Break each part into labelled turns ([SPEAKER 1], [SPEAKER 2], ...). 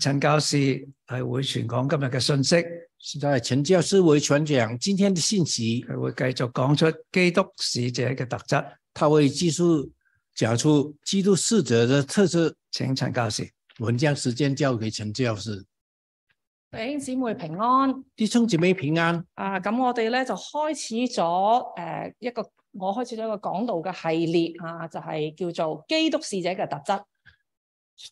[SPEAKER 1] 陳教士係會傳講今日嘅信息，
[SPEAKER 2] 现在陈教师为传讲今天的信息，
[SPEAKER 1] 佢會繼續講出基督使者嘅特質。
[SPEAKER 2] 他会技术讲出基督使者的特质。
[SPEAKER 1] 請陳教士，
[SPEAKER 2] 我们将时间交给陈教师。
[SPEAKER 3] 弟兄姊妹平安
[SPEAKER 2] 弟兄姐妹平安，
[SPEAKER 3] 啊！咁我哋咧就開始咗誒、呃一個，我開始咗一個講道嘅系列啊，就係、叫做基督使者嘅特質。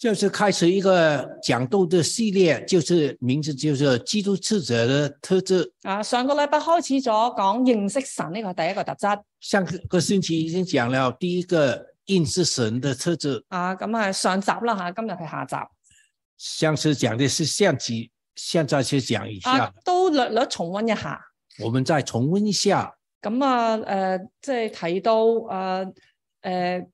[SPEAKER 2] 就是开始一个讲道的系列，就是名字就是基督使者的特质。
[SPEAKER 3] 啊，上個禮拜開始咗講認識神呢個係第一個特質
[SPEAKER 2] 上个星期已经讲了第一个认识神的特质，
[SPEAKER 3] 啊，咁啊上集啦嚇、今日係下集啊
[SPEAKER 2] 上次讲的是象棋，现在是讲一下，
[SPEAKER 3] 啊，都略略重温一下。
[SPEAKER 2] 我们再重温一下。
[SPEAKER 3] 咁啊誒、呃即係提到啊誒、呃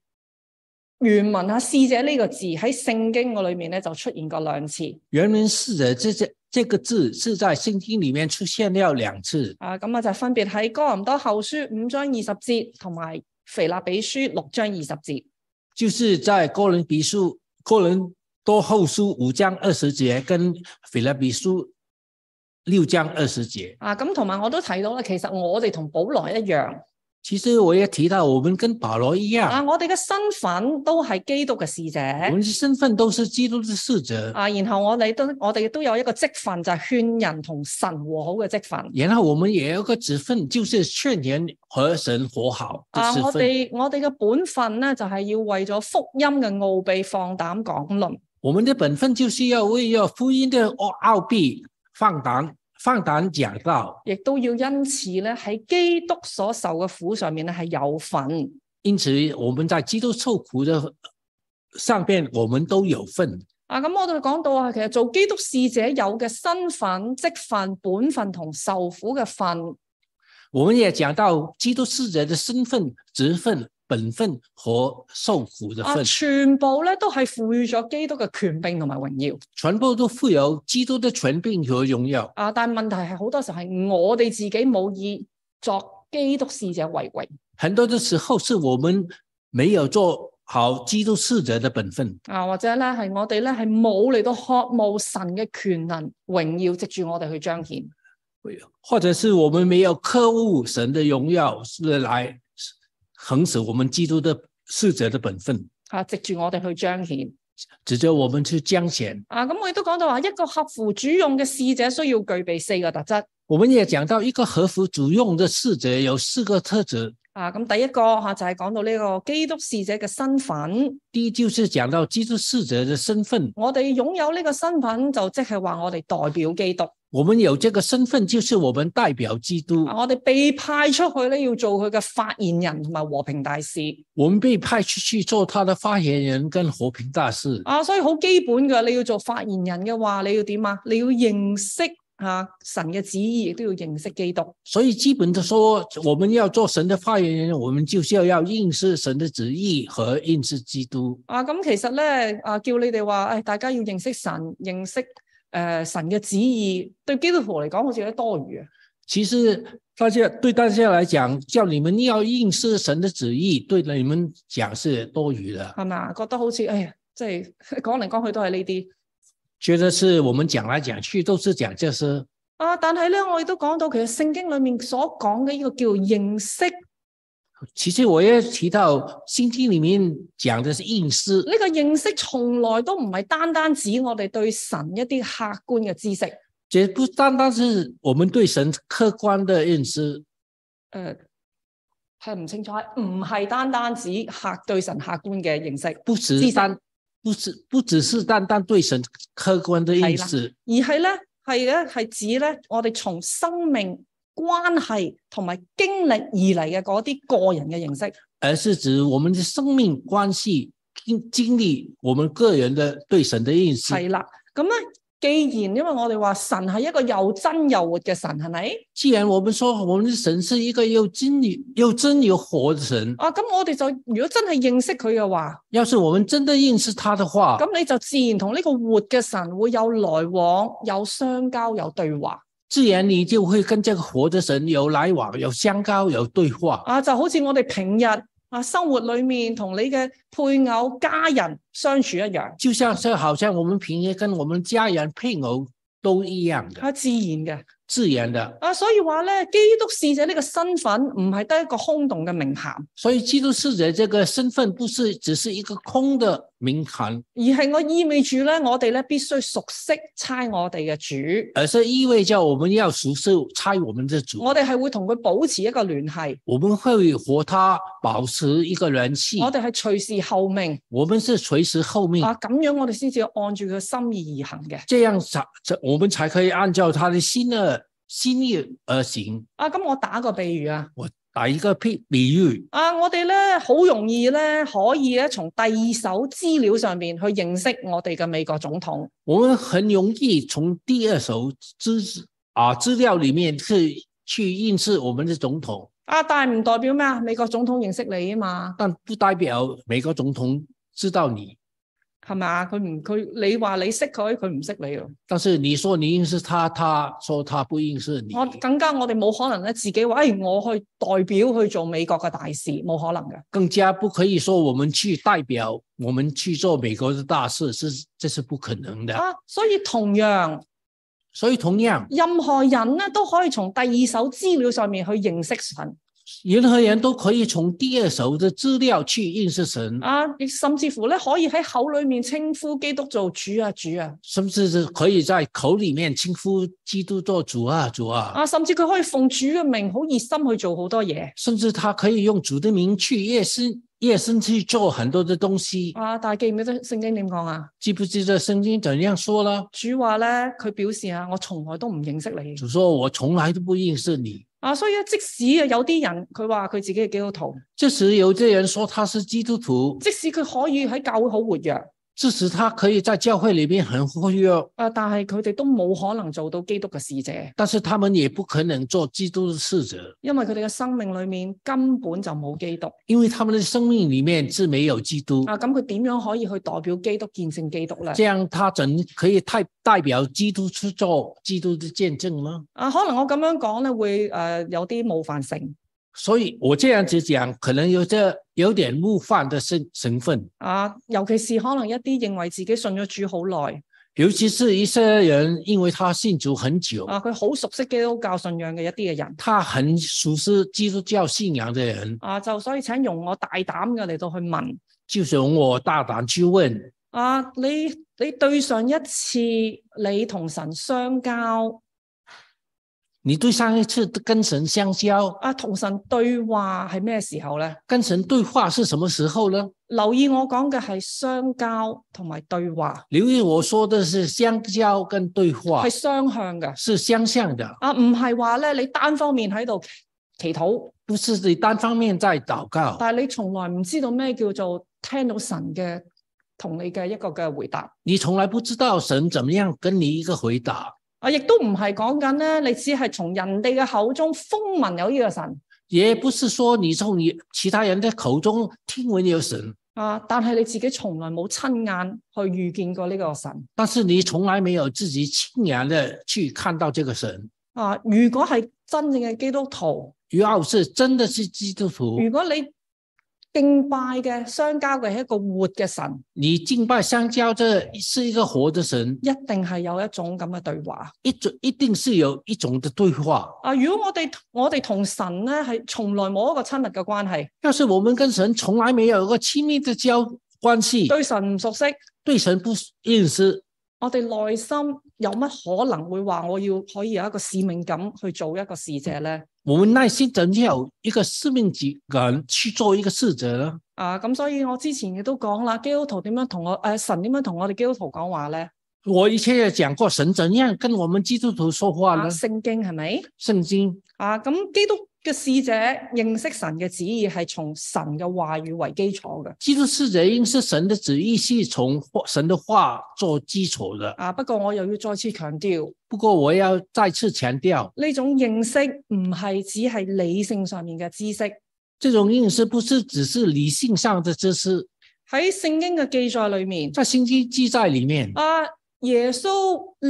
[SPEAKER 3] 原文啊，使者呢個字喺聖經嘅裏面咧就出現過兩次。
[SPEAKER 2] 原文使者这这这个字是在圣经里面出现了两次，
[SPEAKER 3] 啊，咁啊就分別喺哥林多後書五章二十節同埋腓立比書六章二十節。
[SPEAKER 2] 就是在哥伦比书哥伦多后书五章二十节跟腓立比书六章二十节。
[SPEAKER 3] 啊，咁同埋我都睇到啦，其實我哋同保羅一樣，
[SPEAKER 2] 其实我也提到，我们跟保罗一
[SPEAKER 3] 啊，
[SPEAKER 2] 样，
[SPEAKER 3] 我哋嘅身份都係基督嘅使者，
[SPEAKER 2] 我们的身份都是基督的使者，
[SPEAKER 3] 啊，然後我哋都我哋都有一個職分，就係勸人同神和好嘅職分。
[SPEAKER 2] 然后我们也有一个职分，就是劝人和神和好的
[SPEAKER 3] 啊！
[SPEAKER 2] 职
[SPEAKER 3] 我
[SPEAKER 2] 分。
[SPEAKER 3] 哋我哋嘅本分咧，就係要為咗福音嘅奧秘放膽講論。
[SPEAKER 2] 我们的本分就是要为要福音的奥奥秘放胆放胆讲道。
[SPEAKER 3] 亦都要因此咧喺基督所受嘅苦上面咧係有份。
[SPEAKER 2] 因此，我们在基督受苦的上边，我们都有份。
[SPEAKER 3] 啊，咁我哋講到啊，其實做基督使者有嘅身份、職份、本分同受苦嘅份，
[SPEAKER 2] 我们也讲到基督使者的身份、职分、本分和受苦的
[SPEAKER 3] 啊，
[SPEAKER 2] 份，
[SPEAKER 3] 全部咧都係賦予咗基督嘅權柄同埋榮耀。
[SPEAKER 2] 全部都富有基督的权柄和荣耀。
[SPEAKER 3] 啊，但問題係好多時候係我哋自己冇以作基督使者為榮。
[SPEAKER 2] 很多的时候是我们没有做好基督使者的本分，
[SPEAKER 3] 啊，或者咧係我哋咧係冇嚟到渴慕神嘅權能榮耀，藉住我哋去彰顯。
[SPEAKER 2] 或者是我们没有克务神的荣耀是来行使我们基督的使者的本分，
[SPEAKER 3] 啊，藉住我哋去彰顯。
[SPEAKER 2] 指着我们去彰显。
[SPEAKER 3] 啊，咁我亦都講到話，一個合乎主用嘅使者需要具備四個特質。
[SPEAKER 2] 我们也讲到一个合乎主用的侍者有四个特质，
[SPEAKER 3] 啊，咁第一個吓就係講到呢個基督使者嘅身份，
[SPEAKER 2] 第一就是讲到基督侍者的身份，
[SPEAKER 3] 我哋擁有呢個身份就即係話我哋代表基督，
[SPEAKER 2] 我们有这个身份，就是我们代表基督，
[SPEAKER 3] 啊我哋被派出去咧要做佢嘅發言人同埋和平大使，
[SPEAKER 2] 我们被派去去做他的发言人跟和平大使。
[SPEAKER 3] 啊，所以好基本嘅，你要做發言人嘅話，你要點啊？你要認識啊神嘅旨意，亦都要認識基督。
[SPEAKER 2] 所以基本的说，我们要做神的发言人，我们就是要要应试神的旨意和应试基督。
[SPEAKER 3] 啊，咁其實咧，啊，叫你哋話，誒、大家要認識神，認識誒、呃神嘅旨意，對基督徒嚟講好似有啲多餘啊。
[SPEAKER 2] 其实大家对大家来讲，叫你们要应试神的旨意，对你们讲是多余的，
[SPEAKER 3] 係咪啊？覺得好似哎呀，即 係講嚟講去都係呢啲
[SPEAKER 2] 觉得是我们讲来讲去都是讲这些。
[SPEAKER 3] 啊。但係咧，我亦都講到其實聖經裡面所講嘅呢個叫認識，呢、
[SPEAKER 2] 其实我也提到《心经》里面讲的是应试，
[SPEAKER 3] 個認識從來都唔係單單指我哋對神一啲客觀嘅知識。誒、
[SPEAKER 2] 这不单单是我们对神客观的认识，
[SPEAKER 3] 呃係唔清楚，係唔係單單指客對神客觀嘅認識，
[SPEAKER 2] 不
[SPEAKER 3] 知
[SPEAKER 2] 只
[SPEAKER 3] 识
[SPEAKER 2] 单不只不只是单单对神客观的认识，
[SPEAKER 3] 而係咧係咧係指咧我哋從生命關係同埋經歷而嚟嘅嗰啲個人嘅認識。
[SPEAKER 2] 而是指我们的生命关系、经经历，我们个人的对神的认识。
[SPEAKER 3] 係啦，咁咧，既然因為我哋話神係一個又真又活嘅神，係咪？
[SPEAKER 2] 既然我们说我们的神是一个又真又真又活的神，
[SPEAKER 3] 啊，咁我哋就如果真係認識佢嘅話，
[SPEAKER 2] 要是我们真的认识他的话，
[SPEAKER 3] 咁你就自然同呢個活嘅神會有來往、有相交、有對話。
[SPEAKER 2] 自然你就会跟这个活的神有来往、有相交、有对话。
[SPEAKER 3] 啊，就好似我哋平日啊生活裏面同你嘅配偶、家人相處一樣，
[SPEAKER 2] 就像是好像我们平时跟我们家人配偶都一样的，
[SPEAKER 3] 啊自然嘅。
[SPEAKER 2] 自然的。
[SPEAKER 3] 啊，所以話咧，基督使者呢個身份唔係得一個空洞嘅名銜，
[SPEAKER 2] 所以基督使者这个身份不是只是一个空的名堂，
[SPEAKER 3] 而係我意味住咧，我哋咧必須熟悉差我哋嘅主，
[SPEAKER 2] 而是意味着我们要熟悉猜我们的主，
[SPEAKER 3] 我哋係會同佢保持一個聯繫，
[SPEAKER 2] 我们会和他保持一个联系，
[SPEAKER 3] 我哋係隨時候命
[SPEAKER 2] 我们是随时候命，
[SPEAKER 3] 啊，咁樣我哋先至按住佢嘅心意而行嘅。
[SPEAKER 2] 这样才才我们才可以按照他的心的心意而行。
[SPEAKER 3] 啊，咁我打個比喻啊，
[SPEAKER 2] 我打一个比比喻，
[SPEAKER 3] 啊，我哋咧好容易咧可以咧從第二手資料上面去認識我哋嘅美國總統，
[SPEAKER 2] 我们很容易从第二手资啊资料里面去去认识我们的总统，
[SPEAKER 3] 啊，但係唔代表咩啊？美國總統認識你啊嘛，
[SPEAKER 2] 但不代表美国总统知道你。
[SPEAKER 3] 係咪啊？佢唔佢你話你識佢，佢唔識你咯。
[SPEAKER 2] 但是你说你认识他，他说他不认识你。
[SPEAKER 3] 我更加我哋冇可能咧自己話，哎，我去代表去做美國嘅大事，冇可能嘅。
[SPEAKER 2] 更加不可以说我们去代表我们去做美国的大事，是这是不可能的。
[SPEAKER 3] 啊，所以同樣，
[SPEAKER 2] 所以同样，
[SPEAKER 3] 任何人咧都可以從第二手資料上面去認識神
[SPEAKER 2] 任何人都可以从第二手的资料去认识神，
[SPEAKER 3] 啊，亦甚至乎咧可以喺口裏面稱呼基督做主啊主啊，
[SPEAKER 2] 甚至是可以在口里面轻呼基督做主啊主啊，
[SPEAKER 3] 啊，甚至佢可以奉主嘅名好熱心去做好多嘢
[SPEAKER 2] 甚至他可以用主的名去夜深夜深去做很多的东西。
[SPEAKER 3] 啊。但係記唔記得聖經點講啊？
[SPEAKER 2] 记不记得圣经怎样说呢？
[SPEAKER 3] 主話咧，佢表示啊，我從來都唔認識你
[SPEAKER 2] 主说：“我从来都不认识你。
[SPEAKER 3] 啊，所以咧，即使啊有啲人佢話佢自己係基督徒，”
[SPEAKER 2] 这时有些人说他是基督徒，
[SPEAKER 3] 即使佢可以喺教會好活躍。
[SPEAKER 2] 这时他可以在教会里面很活跃，
[SPEAKER 3] 啊！但係佢哋都冇可能做到基督嘅使者，
[SPEAKER 2] 但是他们也不可能做基督的使者，
[SPEAKER 3] 因為佢哋嘅生命裏面根本就冇基督。
[SPEAKER 2] 因为他们的生命里面是没有基督。
[SPEAKER 3] 啊，咁佢點樣可以去代表基督見證基督咧？
[SPEAKER 2] 这样他怎可以代代表基督去做基督的见证呢？
[SPEAKER 3] 啊，可能我咁樣講咧，會诶、呃有啲冒犯性
[SPEAKER 2] 所以我这样子讲，可能有这有点冒犯的身成分，
[SPEAKER 3] 啊，尤其是可能一啲認為自己信咗主好耐
[SPEAKER 2] 尤其是一些人，因为他信主很久，
[SPEAKER 3] 啊，佢好熟悉基督教信仰嘅一啲嘅人
[SPEAKER 2] 他很熟悉基督教信仰的人，
[SPEAKER 3] 啊，就所以請容我大膽嘅嚟到去問
[SPEAKER 2] 就容我大胆去问：
[SPEAKER 3] 啊，你你對上一次你同神相交
[SPEAKER 2] 你对上一次跟神相交、
[SPEAKER 3] 啊，同神對話係咩時候咧？
[SPEAKER 2] 跟神对话是什么时候呢？
[SPEAKER 3] 留意我講嘅係相交同埋對話
[SPEAKER 2] 留意我说的是相交跟对话
[SPEAKER 3] 係雙向嘅。
[SPEAKER 2] 是相像的，
[SPEAKER 3] 啊，唔係話咧，你單方面喺度祈禱，
[SPEAKER 2] 不是你单方面在祷告，
[SPEAKER 3] 但係你從來唔知道咩叫做聽到神嘅同你嘅一個嘅回答。
[SPEAKER 2] 你从来不知道神怎么样跟你一个回答，
[SPEAKER 3] 啊，亦都唔係講緊咧，你只係從人哋嘅口中風聞有呢個神
[SPEAKER 2] 也不是说你从你其他人的口中听闻有神，
[SPEAKER 3] 啊，但係你自己從來冇親眼去遇見過呢個神
[SPEAKER 2] 但是你从来没有自己亲眼的去看到这个神。
[SPEAKER 3] 啊。如果係真正嘅基督徒，
[SPEAKER 2] 要是真的是基督徒，
[SPEAKER 3] 如果你敬拜嘅相交嘅係一個活嘅神，
[SPEAKER 2] 你敬拜相交，这是一个活的神，
[SPEAKER 3] 一定係有一種咁嘅對話。
[SPEAKER 2] 一种一定是有一种的对话。
[SPEAKER 3] 啊，如果我哋我哋同神咧係從來冇一個親密嘅關係。
[SPEAKER 2] 要是我们跟神从来没有一个亲密的交关系，
[SPEAKER 3] 對神唔熟悉，
[SPEAKER 2] 对神不认识，
[SPEAKER 3] 我哋內心有乜可能會話我要可以有一個使命感去做一個使者咧？
[SPEAKER 2] 我们耐心怎有一个使命感去做一个侍者呢？
[SPEAKER 3] 啊，咁所以我之前亦都講啦，基督徒點樣同我誒、呃神點樣同我哋基督徒講話咧？
[SPEAKER 2] 我以前也讲过，神怎样跟我们基督徒说话
[SPEAKER 3] 啊，
[SPEAKER 2] 呢？
[SPEAKER 3] 聖經係咪？
[SPEAKER 2] 圣经
[SPEAKER 3] 啊，咁基督嘅使者認識神嘅旨意係從神嘅話語為基礎嘅。
[SPEAKER 2] 基督使者应是神的旨意，是从神的话做基础的。
[SPEAKER 3] 啊，不過我又要再次強調，
[SPEAKER 2] 不过，我要再次强调，
[SPEAKER 3] 呢種認識唔係只係理性上面嘅知識。
[SPEAKER 2] 这种认识不是只是理性上的知识，
[SPEAKER 3] 喺聖經嘅記載裏面，
[SPEAKER 2] 在圣经记载里面，
[SPEAKER 3] 啊，耶穌鬧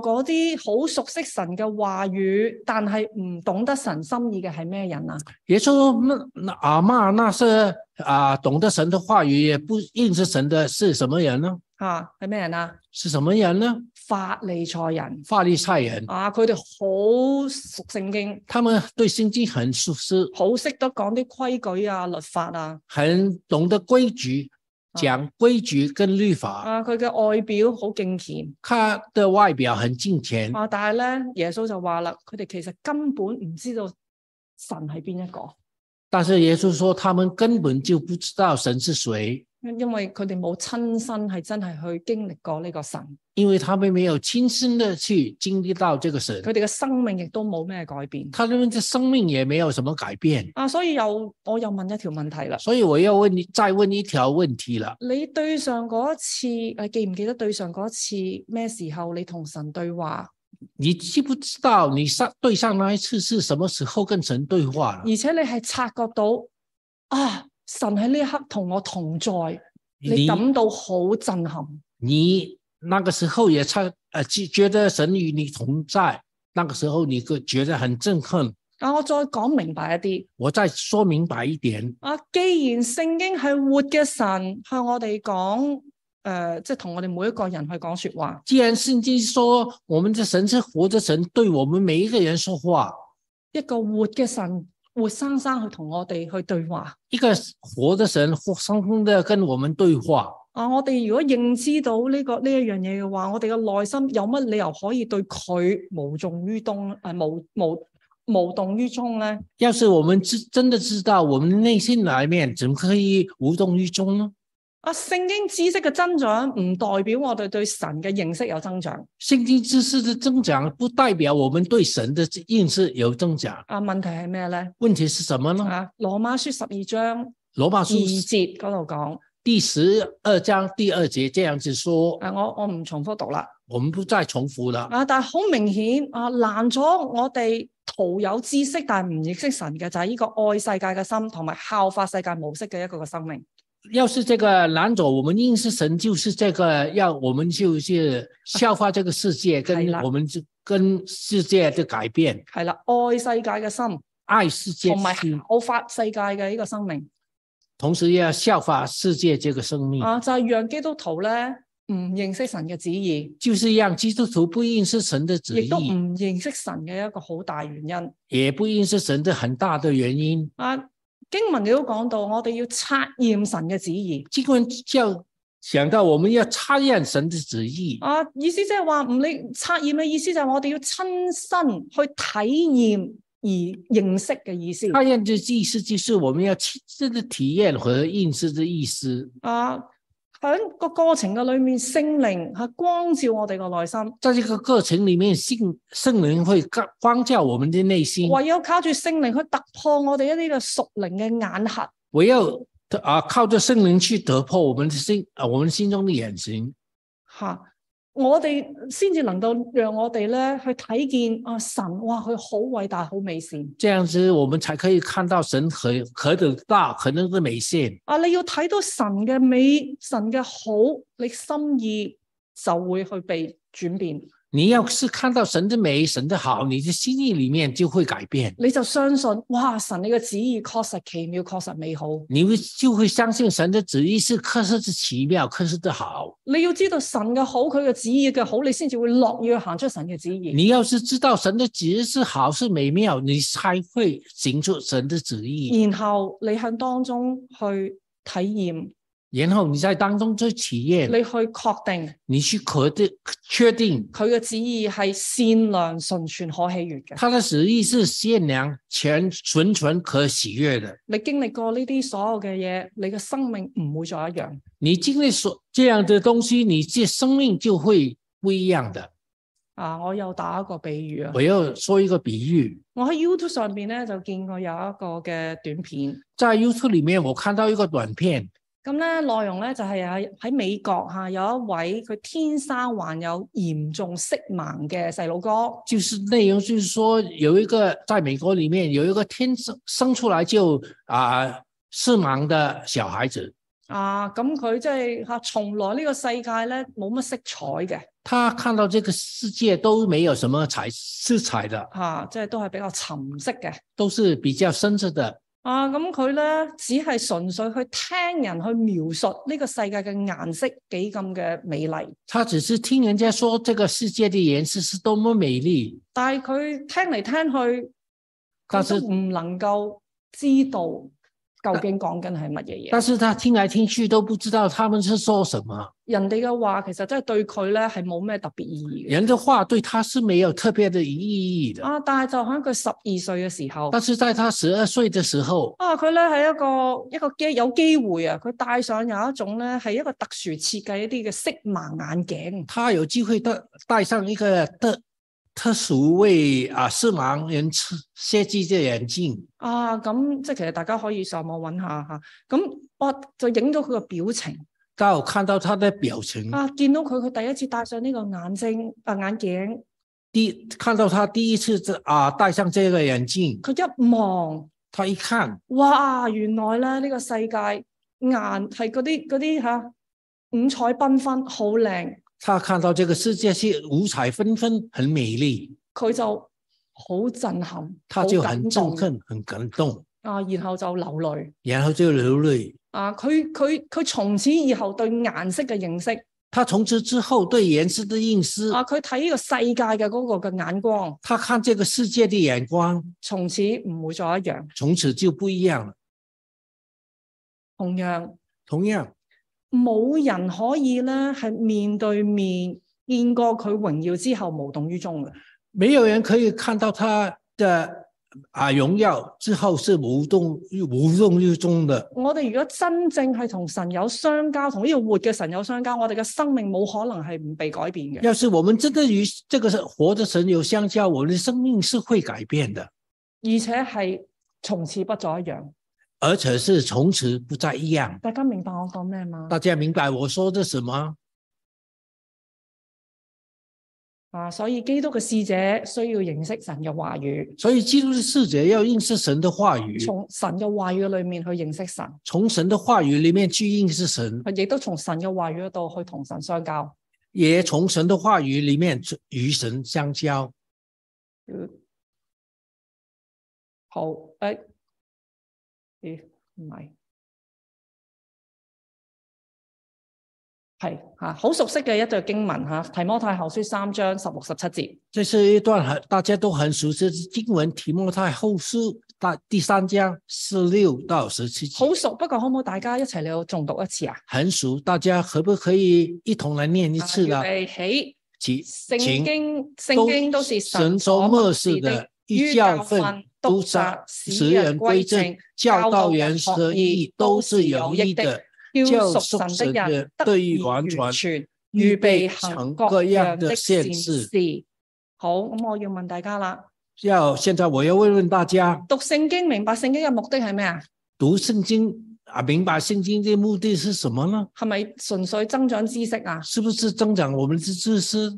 [SPEAKER 3] 嗰啲好熟悉神嘅話語，但係唔懂得神心意嘅係咩人啊？
[SPEAKER 2] 耶稣那那阿骂那是啊，懂得神的话语，也不认识神的是什么人呢？
[SPEAKER 3] 啊，係咩人啊？
[SPEAKER 2] 是什么人呢？
[SPEAKER 3] 法利賽人
[SPEAKER 2] 法利赛人，
[SPEAKER 3] 啊，佢哋好熟聖經，
[SPEAKER 2] 他们对圣经很熟悉，
[SPEAKER 3] 好識得講啲規矩啊、律法啊，
[SPEAKER 2] 很懂得规矩，讲规矩跟律法。
[SPEAKER 3] 啊，佢嘅外表好敬虔
[SPEAKER 2] 他的外表很敬虔，
[SPEAKER 3] 啊，但係咧，耶穌就話啦，佢哋其實根本唔知道神係邊一個，
[SPEAKER 2] 但是耶稣说他们根本就不知道神是谁，
[SPEAKER 3] 因因為佢哋冇親身係真係去經歷過呢個神，
[SPEAKER 2] 因为他们没有亲身的去经历到这个神，
[SPEAKER 3] 佢哋嘅生命亦都冇咩改變。
[SPEAKER 2] 他们的生命也没有什么改变。
[SPEAKER 3] 啊，所以又我又問一條問題啦。
[SPEAKER 2] 所以我要问你，再问一条问题了。
[SPEAKER 3] 你對上嗰一次，你記唔記得對上嗰一次咩時候你同神對話？
[SPEAKER 2] 你知不知道你上对上那一次是什么时候跟神对话了？
[SPEAKER 3] 而且你係察覺到啊，神喺呢一刻同我同在，你
[SPEAKER 2] 你
[SPEAKER 3] 感到好震撼。
[SPEAKER 2] 你那个时候也差呃，觉觉得神与你同在，那个时候你个觉得很震撼。
[SPEAKER 3] 啊，我再講明白一啲
[SPEAKER 2] 我再说明白一点，
[SPEAKER 3] 啊，既然聖經係活嘅神向我哋講，诶、即係同我哋每一個人去講说話，
[SPEAKER 2] 既然圣经说我们的神是活着神，对我们每一个人说话，
[SPEAKER 3] 一個活嘅神活生生去同我哋去對話。
[SPEAKER 2] 一个活的神活生生的跟我们对话。
[SPEAKER 3] 啊！我哋如果認知到呢、個呢一樣嘢嘅話，我哋嘅內心有乜理由可以對佢無動於衷？啊，無無無動於衷咧？
[SPEAKER 2] 要是我们知真的知道我们内心里面怎么可以无动于衷呢？
[SPEAKER 3] 啊，聖經知識嘅增長唔代表我哋對神嘅認識有增長。
[SPEAKER 2] 圣经知识的增长不代表我们对神的认识有增长。
[SPEAKER 3] 啊，問題係咩咧？
[SPEAKER 2] 问题是什么呢？
[SPEAKER 3] 啊，羅馬書十二章
[SPEAKER 2] 罗马
[SPEAKER 3] 二
[SPEAKER 2] 书
[SPEAKER 3] 節嗰度講，
[SPEAKER 2] 第十二章第二节这样子说，
[SPEAKER 3] 啊，我我唔重複讀啦。
[SPEAKER 2] 我们不再重复了。
[SPEAKER 3] 啊，但係好明顯啊，難咗我哋徒有知識但係唔認識神嘅，就係呢個愛世界嘅心，同埋效法世界模式嘅一個個生命。
[SPEAKER 2] 要是这个难走，我们认识神就是这个，要我们就是效法这个世界，
[SPEAKER 3] 是
[SPEAKER 2] 跟
[SPEAKER 3] 啦
[SPEAKER 2] 我们就跟世界的改变，
[SPEAKER 3] 係啦，愛世界嘅心，
[SPEAKER 2] 爱世界
[SPEAKER 3] 同
[SPEAKER 2] 之
[SPEAKER 3] 埋
[SPEAKER 2] 心，
[SPEAKER 3] 效法世界嘅呢個生命
[SPEAKER 2] 同时也要效法世界这个生命，
[SPEAKER 3] 啊，就係讓基督徒咧唔認識神嘅旨意，
[SPEAKER 2] 就是让基督徒不认识神的旨
[SPEAKER 3] 亦都
[SPEAKER 2] 意，
[SPEAKER 3] 唔認識神嘅一個好大原因
[SPEAKER 2] 也不认识神的很大的原因。
[SPEAKER 3] 啊。經文亦都講到，我哋要測驗神嘅旨意
[SPEAKER 2] 经文要想到我们要查验神的旨意，
[SPEAKER 3] 啊，意思即係話唔理測驗嘅意思就係我哋要親身去體驗而認識嘅意思
[SPEAKER 2] 查验的意思就是我们要亲身的体验和认识的意思。
[SPEAKER 3] 啊。喺個過程嘅裏面，聖靈係光照我哋嘅內心。
[SPEAKER 2] 在这个过程里面，圣圣灵会光光照我们的内心，
[SPEAKER 3] 唯有靠住聖靈去突破我哋一啲嘅屬靈嘅眼核，
[SPEAKER 2] 唯有啊靠着圣灵去突破我们的心啊我们心中的眼睛，
[SPEAKER 3] 吓、我哋先至能夠讓我哋咧去睇見啊神，哇佢好偉大，好美善
[SPEAKER 2] 这样子我们才可以看到神何何等大，何等的美善。
[SPEAKER 3] 啊！你要睇到神嘅美，神嘅好，你心意就會去被轉變，
[SPEAKER 2] 你要是看到神的美、神的好，你的心意里面就会改变，
[SPEAKER 3] 你就相信哇神你嘅旨意確實奇妙，確實美好。
[SPEAKER 2] 你会就会相信神的旨意是克是的奇妙，克是的好。
[SPEAKER 3] 你要知道神嘅好，佢嘅旨意嘅好，你先至會樂意去行出神嘅旨意。
[SPEAKER 2] 你要是知道神的旨意是好是美妙，你才会行出神的旨意。
[SPEAKER 3] 然後你向當中去體驗，
[SPEAKER 2] 然后你在当中去体验，
[SPEAKER 3] 你去確定
[SPEAKER 2] 你去可定确定
[SPEAKER 3] 佢嘅旨意係善良、純全、可喜悅嘅。
[SPEAKER 2] 他的旨意是善良、全纯纯可喜悦的。
[SPEAKER 3] 你經歷過呢啲所有嘅嘢，你嘅生命唔會再一樣。
[SPEAKER 2] 你经历所这样的东西，你这生命就会不一样的。
[SPEAKER 3] 啊！我又打一個比喻啊，
[SPEAKER 2] 我要说一个比喻，
[SPEAKER 3] 我喺 YouTube 上邊咧就見過有一個嘅短片，
[SPEAKER 2] 在 YouTube 里面我看到一个短片，
[SPEAKER 3] 咁咧內容咧就係喺喺美國嚇、有一位佢天生患有嚴重色盲嘅細路哥，
[SPEAKER 2] 就是内容就是说有一个在美国里面有一个天生生出来就啊、色盲的小孩子，
[SPEAKER 3] 啊，咁佢即係吓，從來呢個世界咧冇乜色彩嘅
[SPEAKER 2] 他看到这个世界都没有什么彩色彩的，
[SPEAKER 3] 吓、啊即係都係比較沉色嘅。
[SPEAKER 2] 都是比较深色的。
[SPEAKER 3] 啊，咁佢咧只係純粹去聽人去描述呢個世界嘅顏色幾咁嘅美麗，
[SPEAKER 2] 他只是听人家说这个世界的颜色是多么美丽，
[SPEAKER 3] 但係佢聽嚟聽去，
[SPEAKER 2] 但
[SPEAKER 3] 佢
[SPEAKER 2] 是
[SPEAKER 3] 都唔能夠知道究竟講緊係乜嘢嘢。
[SPEAKER 2] 但是他听来听去都不知道他们是说什么。
[SPEAKER 3] 人哋嘅話其實真係對佢咧係冇咩特別意義
[SPEAKER 2] 人的话对他是没有特别的意义
[SPEAKER 3] 嘅。
[SPEAKER 2] 的。
[SPEAKER 3] 啊，但係就喺佢十二歲嘅時候。
[SPEAKER 2] 但是在他十二岁的时候，
[SPEAKER 3] 啊！佢咧係一個一個機有機會啊！佢戴上有一種咧係一個特殊設計一啲嘅色盲眼鏡，
[SPEAKER 2] 他有机会戴戴上一个特特殊为啊色盲人设设计的眼镜，
[SPEAKER 3] 啊，咁即係其實大家可以上網揾下嚇。咁我就影到佢個表情
[SPEAKER 2] 但我看到他的表情，
[SPEAKER 3] 啊，見到佢佢第一次戴上呢個眼睛啊眼鏡，
[SPEAKER 2] 第看到他第一次这啊戴上这个眼镜，
[SPEAKER 3] 佢一望，
[SPEAKER 2] 他一看，
[SPEAKER 3] 哇！原來咧呢、呢個世界顏係嗰啲嗰啲嚇五彩繽紛，好靚，
[SPEAKER 2] 他看到这个世界是五彩缤纷，很美丽，
[SPEAKER 3] 佢就好震撼，
[SPEAKER 2] 他就
[SPEAKER 3] 好
[SPEAKER 2] 很
[SPEAKER 3] 感
[SPEAKER 2] 震
[SPEAKER 3] 動
[SPEAKER 2] 撼，很感动，
[SPEAKER 3] 啊，然後就流淚。
[SPEAKER 2] 然后就流泪。
[SPEAKER 3] 啊！佢佢佢從此以後對顏色嘅認識
[SPEAKER 2] 他从此之后对颜色的认识，
[SPEAKER 3] 啊，佢睇呢個世界嘅嗰個嘅眼光，
[SPEAKER 2] 他看这个世界的眼光
[SPEAKER 3] 從此唔會再一樣。
[SPEAKER 2] 从此就不一样了。
[SPEAKER 3] 同樣，
[SPEAKER 2] 同样，
[SPEAKER 3] 冇人可以咧係面對面見過佢榮耀之後無動於衷嘅。
[SPEAKER 2] 没有人可以看到他的啊荣耀之后是无动无动于衷的。
[SPEAKER 3] 我哋如果真正係同神有相交，同呢個活嘅神有相交，我哋嘅生命冇可能係唔被改變嘅。
[SPEAKER 2] 要是我们真的与这个活的神有相交，我们的生命是会改变的，
[SPEAKER 3] 而且係從此不再一樣。
[SPEAKER 2] 而且是从此不再一样。
[SPEAKER 3] 大家明白我講咩嘛？
[SPEAKER 2] 大家明白我说的什么？
[SPEAKER 3] 啊，所以基督嘅使者需要認識神嘅話語。
[SPEAKER 2] 所以基督的使者要认识神的话语，
[SPEAKER 3] 從神嘅話語裏面去認識神，
[SPEAKER 2] 从神的话语里面去认识神，
[SPEAKER 3] 佢亦都從神嘅話語嗰度去同神相交。
[SPEAKER 2] 也从神的话语里面与神相交。
[SPEAKER 3] 好，诶、咦，哎唔係，係吓，好、熟悉嘅一段經文吓、提摩太後書》三章十六十七節。
[SPEAKER 2] 这是一段很大家都很熟悉的经文，提摩太后书大第三章十六到十七节，
[SPEAKER 3] 好熟，不過可唔可以大家一齊嚟到重讀一次啊？
[SPEAKER 2] 很熟。大家可不可以一同来念一
[SPEAKER 3] 一
[SPEAKER 2] 次呢？
[SPEAKER 3] 啊起，
[SPEAKER 2] 请
[SPEAKER 3] 聖
[SPEAKER 2] 请
[SPEAKER 3] 經
[SPEAKER 2] 都
[SPEAKER 3] 聖經都是
[SPEAKER 2] 神
[SPEAKER 3] 神
[SPEAKER 2] 所
[SPEAKER 3] 所
[SPEAKER 2] 漠
[SPEAKER 3] 漠
[SPEAKER 2] 视
[SPEAKER 3] 視
[SPEAKER 2] 的
[SPEAKER 3] 的，，
[SPEAKER 2] 一
[SPEAKER 3] 於
[SPEAKER 2] 教
[SPEAKER 3] 教
[SPEAKER 2] 训
[SPEAKER 3] 訓、
[SPEAKER 2] 督
[SPEAKER 3] 督
[SPEAKER 2] 责
[SPEAKER 3] 責、
[SPEAKER 2] 使
[SPEAKER 3] 使
[SPEAKER 2] 人
[SPEAKER 3] 人
[SPEAKER 2] 归
[SPEAKER 3] 歸
[SPEAKER 2] 正
[SPEAKER 3] 正，
[SPEAKER 2] 教
[SPEAKER 3] 教
[SPEAKER 2] 导
[SPEAKER 3] 導
[SPEAKER 2] 人
[SPEAKER 3] 人
[SPEAKER 2] 学
[SPEAKER 3] 學
[SPEAKER 2] 义
[SPEAKER 3] 義
[SPEAKER 2] 都
[SPEAKER 3] 都
[SPEAKER 2] 是
[SPEAKER 3] 是
[SPEAKER 2] 有
[SPEAKER 3] 有
[SPEAKER 2] 益
[SPEAKER 3] 益
[SPEAKER 2] 的
[SPEAKER 3] 的，
[SPEAKER 2] 叫
[SPEAKER 3] 叫
[SPEAKER 2] 属
[SPEAKER 3] 屬
[SPEAKER 2] 神
[SPEAKER 3] 神
[SPEAKER 2] 的
[SPEAKER 3] 的
[SPEAKER 2] 人
[SPEAKER 3] 人
[SPEAKER 2] 得
[SPEAKER 3] 得
[SPEAKER 2] 以
[SPEAKER 3] 以
[SPEAKER 2] 完
[SPEAKER 3] 完
[SPEAKER 2] 全
[SPEAKER 3] 全，
[SPEAKER 2] 預備
[SPEAKER 3] 預備
[SPEAKER 2] 行
[SPEAKER 3] 行
[SPEAKER 2] 各
[SPEAKER 3] 各
[SPEAKER 2] 樣
[SPEAKER 3] 樣
[SPEAKER 2] 的
[SPEAKER 3] 的
[SPEAKER 2] 善
[SPEAKER 3] 善
[SPEAKER 2] 事
[SPEAKER 3] 事。好，咁我要問大家啦，
[SPEAKER 2] 要现在我要问问大家，
[SPEAKER 3] 讀聖經明白聖經嘅目的係咩啊？
[SPEAKER 2] 读圣经啊，明白圣经的目的是什么呢？
[SPEAKER 3] 係咪純粹增長知識啊？
[SPEAKER 2] 是不是增长我们的知识？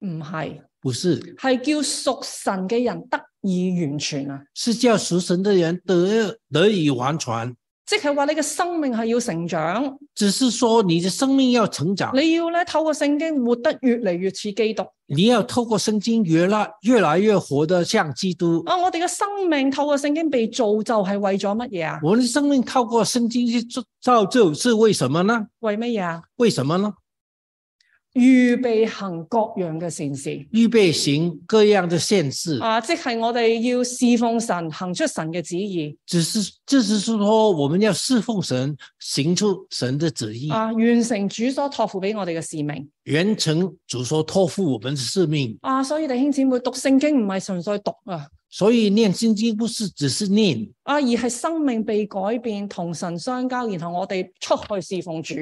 [SPEAKER 3] 唔係，
[SPEAKER 2] 不是，
[SPEAKER 3] 係叫屬神嘅人得以完全啊！
[SPEAKER 2] 是叫属神的人得得以完全。
[SPEAKER 3] 即係話你嘅生命係要成長，
[SPEAKER 2] 只是说你的生命要成长，
[SPEAKER 3] 你要咧透過聖經活得越嚟越似基督
[SPEAKER 2] 你要透过圣经越来越来越活得像基督。
[SPEAKER 3] 啊！我哋嘅生命透過聖經被造就係為咗乜嘢啊？
[SPEAKER 2] 我们的生命透过圣经去造造就是为什么呢？
[SPEAKER 3] 為乜嘢啊？
[SPEAKER 2] 为什么呢？
[SPEAKER 3] 預備行各樣嘅善事。
[SPEAKER 2] 预备行各样的现世，
[SPEAKER 3] 啊，即係我哋要侍奉神，行出神嘅旨意，
[SPEAKER 2] 只是这只是说我们要侍奉神，行出神的旨意，
[SPEAKER 3] 啊，完成主所托付俾我哋嘅使命。
[SPEAKER 2] 完成主说托付我们的使命。
[SPEAKER 3] 啊，所以弟兄姊妹讀聖經唔係純粹讀啊，
[SPEAKER 2] 所以念圣经不是只是念，
[SPEAKER 3] 啊，而係生命被改變，同神相交，然後我哋出去侍奉主。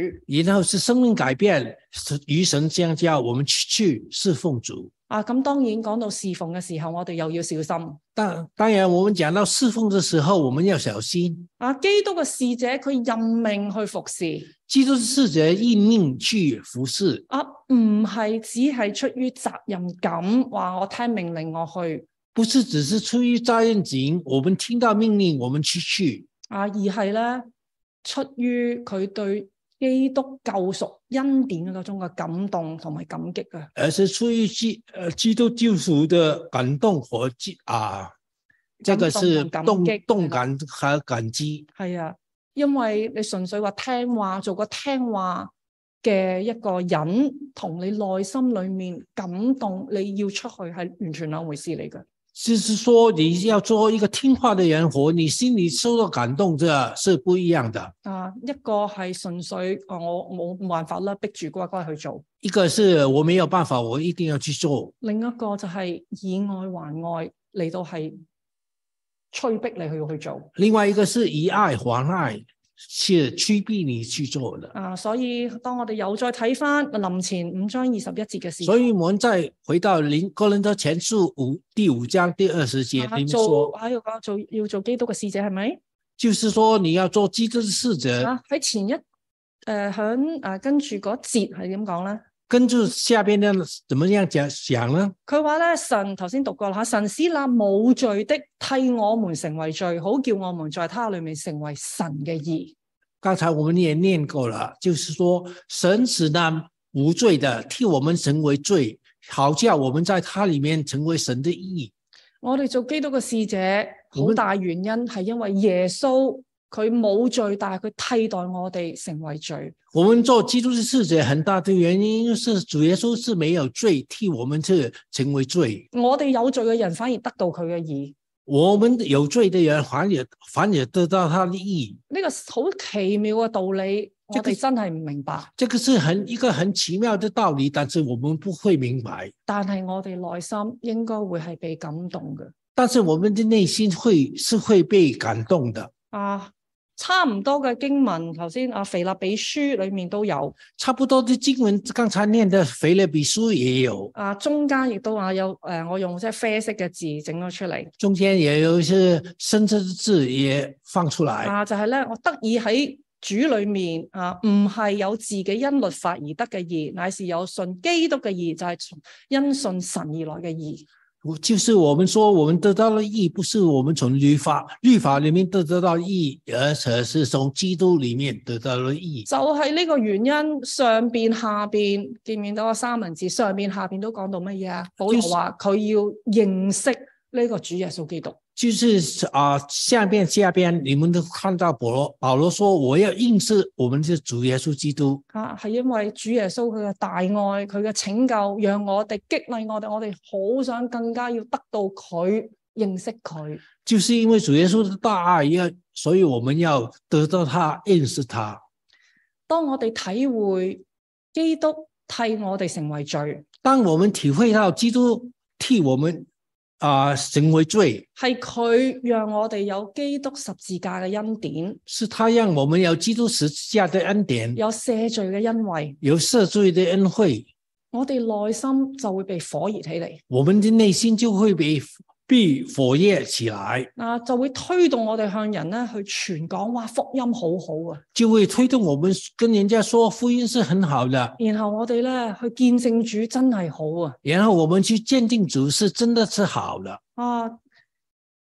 [SPEAKER 2] 然后是生命改变，是与神相交，我们去去侍奉主。
[SPEAKER 3] 啊，咁當然講到侍奉嘅時候，我哋又要小心。
[SPEAKER 2] 当当然，我们讲到侍奉的时候，我们要小心。
[SPEAKER 3] 啊，基督嘅使者佢任命去服侍，
[SPEAKER 2] 基督的使者应命去服侍，
[SPEAKER 3] 啊，唔係只係出於責任感，話我聽命令我去，
[SPEAKER 2] 不是只是出于责任感，我们听到命令我们去去，
[SPEAKER 3] 啊，而係咧出於佢對基督救贖恩典嗰種嘅感動同埋感激啊！
[SPEAKER 2] 而是出于基呃基督救赎的感动和激啊，这个是
[SPEAKER 3] 感
[SPEAKER 2] 动
[SPEAKER 3] 动感激
[SPEAKER 2] 动感和感激。
[SPEAKER 3] 係啊，因為你純粹話聽話，做個聽話嘅一個人，同你內心裡面感動，你要出去係完全兩回事嚟嘅。
[SPEAKER 2] 就是说，你要做一个听话的人，和你心里受到感动，这是不一样的。
[SPEAKER 3] 啊，一個係純粹啊，我我冇辦法啦，逼住乖乖去做；
[SPEAKER 2] 一个是我没有办法，我一定要去做；
[SPEAKER 3] 另一個就係以愛還愛嚟到係催逼你去去做。
[SPEAKER 2] 另外一个是以爱还爱，是驱逼你去做的。
[SPEAKER 3] 啊，所以當我哋有再睇翻林前五章二十一節嘅啊事，
[SPEAKER 2] 所以我们再回到林哥林多前书五第五章第二十节里
[SPEAKER 3] 啊
[SPEAKER 2] 面
[SPEAKER 3] 做
[SPEAKER 2] 说，
[SPEAKER 3] 喺度講做要做基督嘅使者係咪？
[SPEAKER 2] 就是说你要做基督的使者。
[SPEAKER 3] 啊，喺前一诶響啊跟住嗰節係點講咧？
[SPEAKER 2] 跟住下边呢怎么样讲讲呢？
[SPEAKER 3] 佢話咧神頭先讀過啦，神使那冇罪的替我們成為罪，好叫我們在他裏面成為神嘅義。
[SPEAKER 2] 刚才我们也念过了，就是说神使那无罪的替我们成为罪，好叫我们在他里面成为神的义。
[SPEAKER 3] 我哋做基督嘅使者，
[SPEAKER 2] 我
[SPEAKER 3] 好
[SPEAKER 2] 們
[SPEAKER 3] 大原因係因為耶穌佢冇罪，但係佢替代我哋成為罪。
[SPEAKER 2] 我们做基督的使者，很大的原因是主耶稣是没有罪，替我们是成为罪。
[SPEAKER 3] 我哋有罪嘅人反而得到佢嘅義。
[SPEAKER 2] 我们有罪的人，反而反而得到他的义。
[SPEAKER 3] 呢個好奇妙嘅道理，我
[SPEAKER 2] 即係佢
[SPEAKER 3] 哋真係唔明白，
[SPEAKER 2] 这个是很一个很奇妙的道理，但是我们不会明白。
[SPEAKER 3] 但係我哋內心應該會係被感動嘅。
[SPEAKER 2] 但是我们的内心会是会被感动的。
[SPEAKER 3] 啊，差唔多嘅經文，頭先啊腓立比書裡面都有，
[SPEAKER 2] 差不多的经文，刚才念的《腓立比书》也有，
[SPEAKER 3] 啊中間亦都啊有诶、呃我用即係啡色嘅字整咗出嚟，
[SPEAKER 2] 中间也有一些生字字也放出来。
[SPEAKER 3] 啊就係呢，咧，我得以喺。主裏面啊，唔係有自己因律法而得嘅義，乃是有信基督嘅義，就係、從因信神而來嘅義。
[SPEAKER 2] 我就是我们说，我们得到了义，不是我们从律法律法里面得得到义，而且是从基督里面得到了义。
[SPEAKER 3] 就係呢個原因，上邊下邊見唔見到個啊三文治？上邊下邊都講到乜嘢啊？保羅話佢要認識呢個主耶穌基督。
[SPEAKER 2] 就是啊、下边下边你们都看到保罗，保罗说我要应试我们的主耶稣基督，
[SPEAKER 3] 啊，係因為主耶穌佢嘅大愛，佢嘅拯救，讓我哋激勵我哋，我哋好想更加要得到佢，認識佢。
[SPEAKER 2] 就是因为主耶稣的大爱，要所以我们要得到他，认识他。
[SPEAKER 3] 當我哋體會基督替我哋成為罪，
[SPEAKER 2] 当我们体会到基督替我们啊、成为罪，
[SPEAKER 3] 係佢讓我哋有基督十字架嘅恩典，
[SPEAKER 2] 是他让我们有基督十字架的恩典，
[SPEAKER 3] 有赦罪嘅恩惠，
[SPEAKER 2] 有赦罪的恩惠，
[SPEAKER 3] 我哋內心就會被火熱起嚟。
[SPEAKER 2] 我们的内心就会被被火热起来，
[SPEAKER 3] 啊，就會推動我哋向人咧去傳講，哇，福音好好啊！
[SPEAKER 2] 就会推动我们跟人家说福音是很好的，
[SPEAKER 3] 然後我哋咧去見證主真係好啊！
[SPEAKER 2] 然后我们去鉴定主是真的是好的。
[SPEAKER 3] 啊，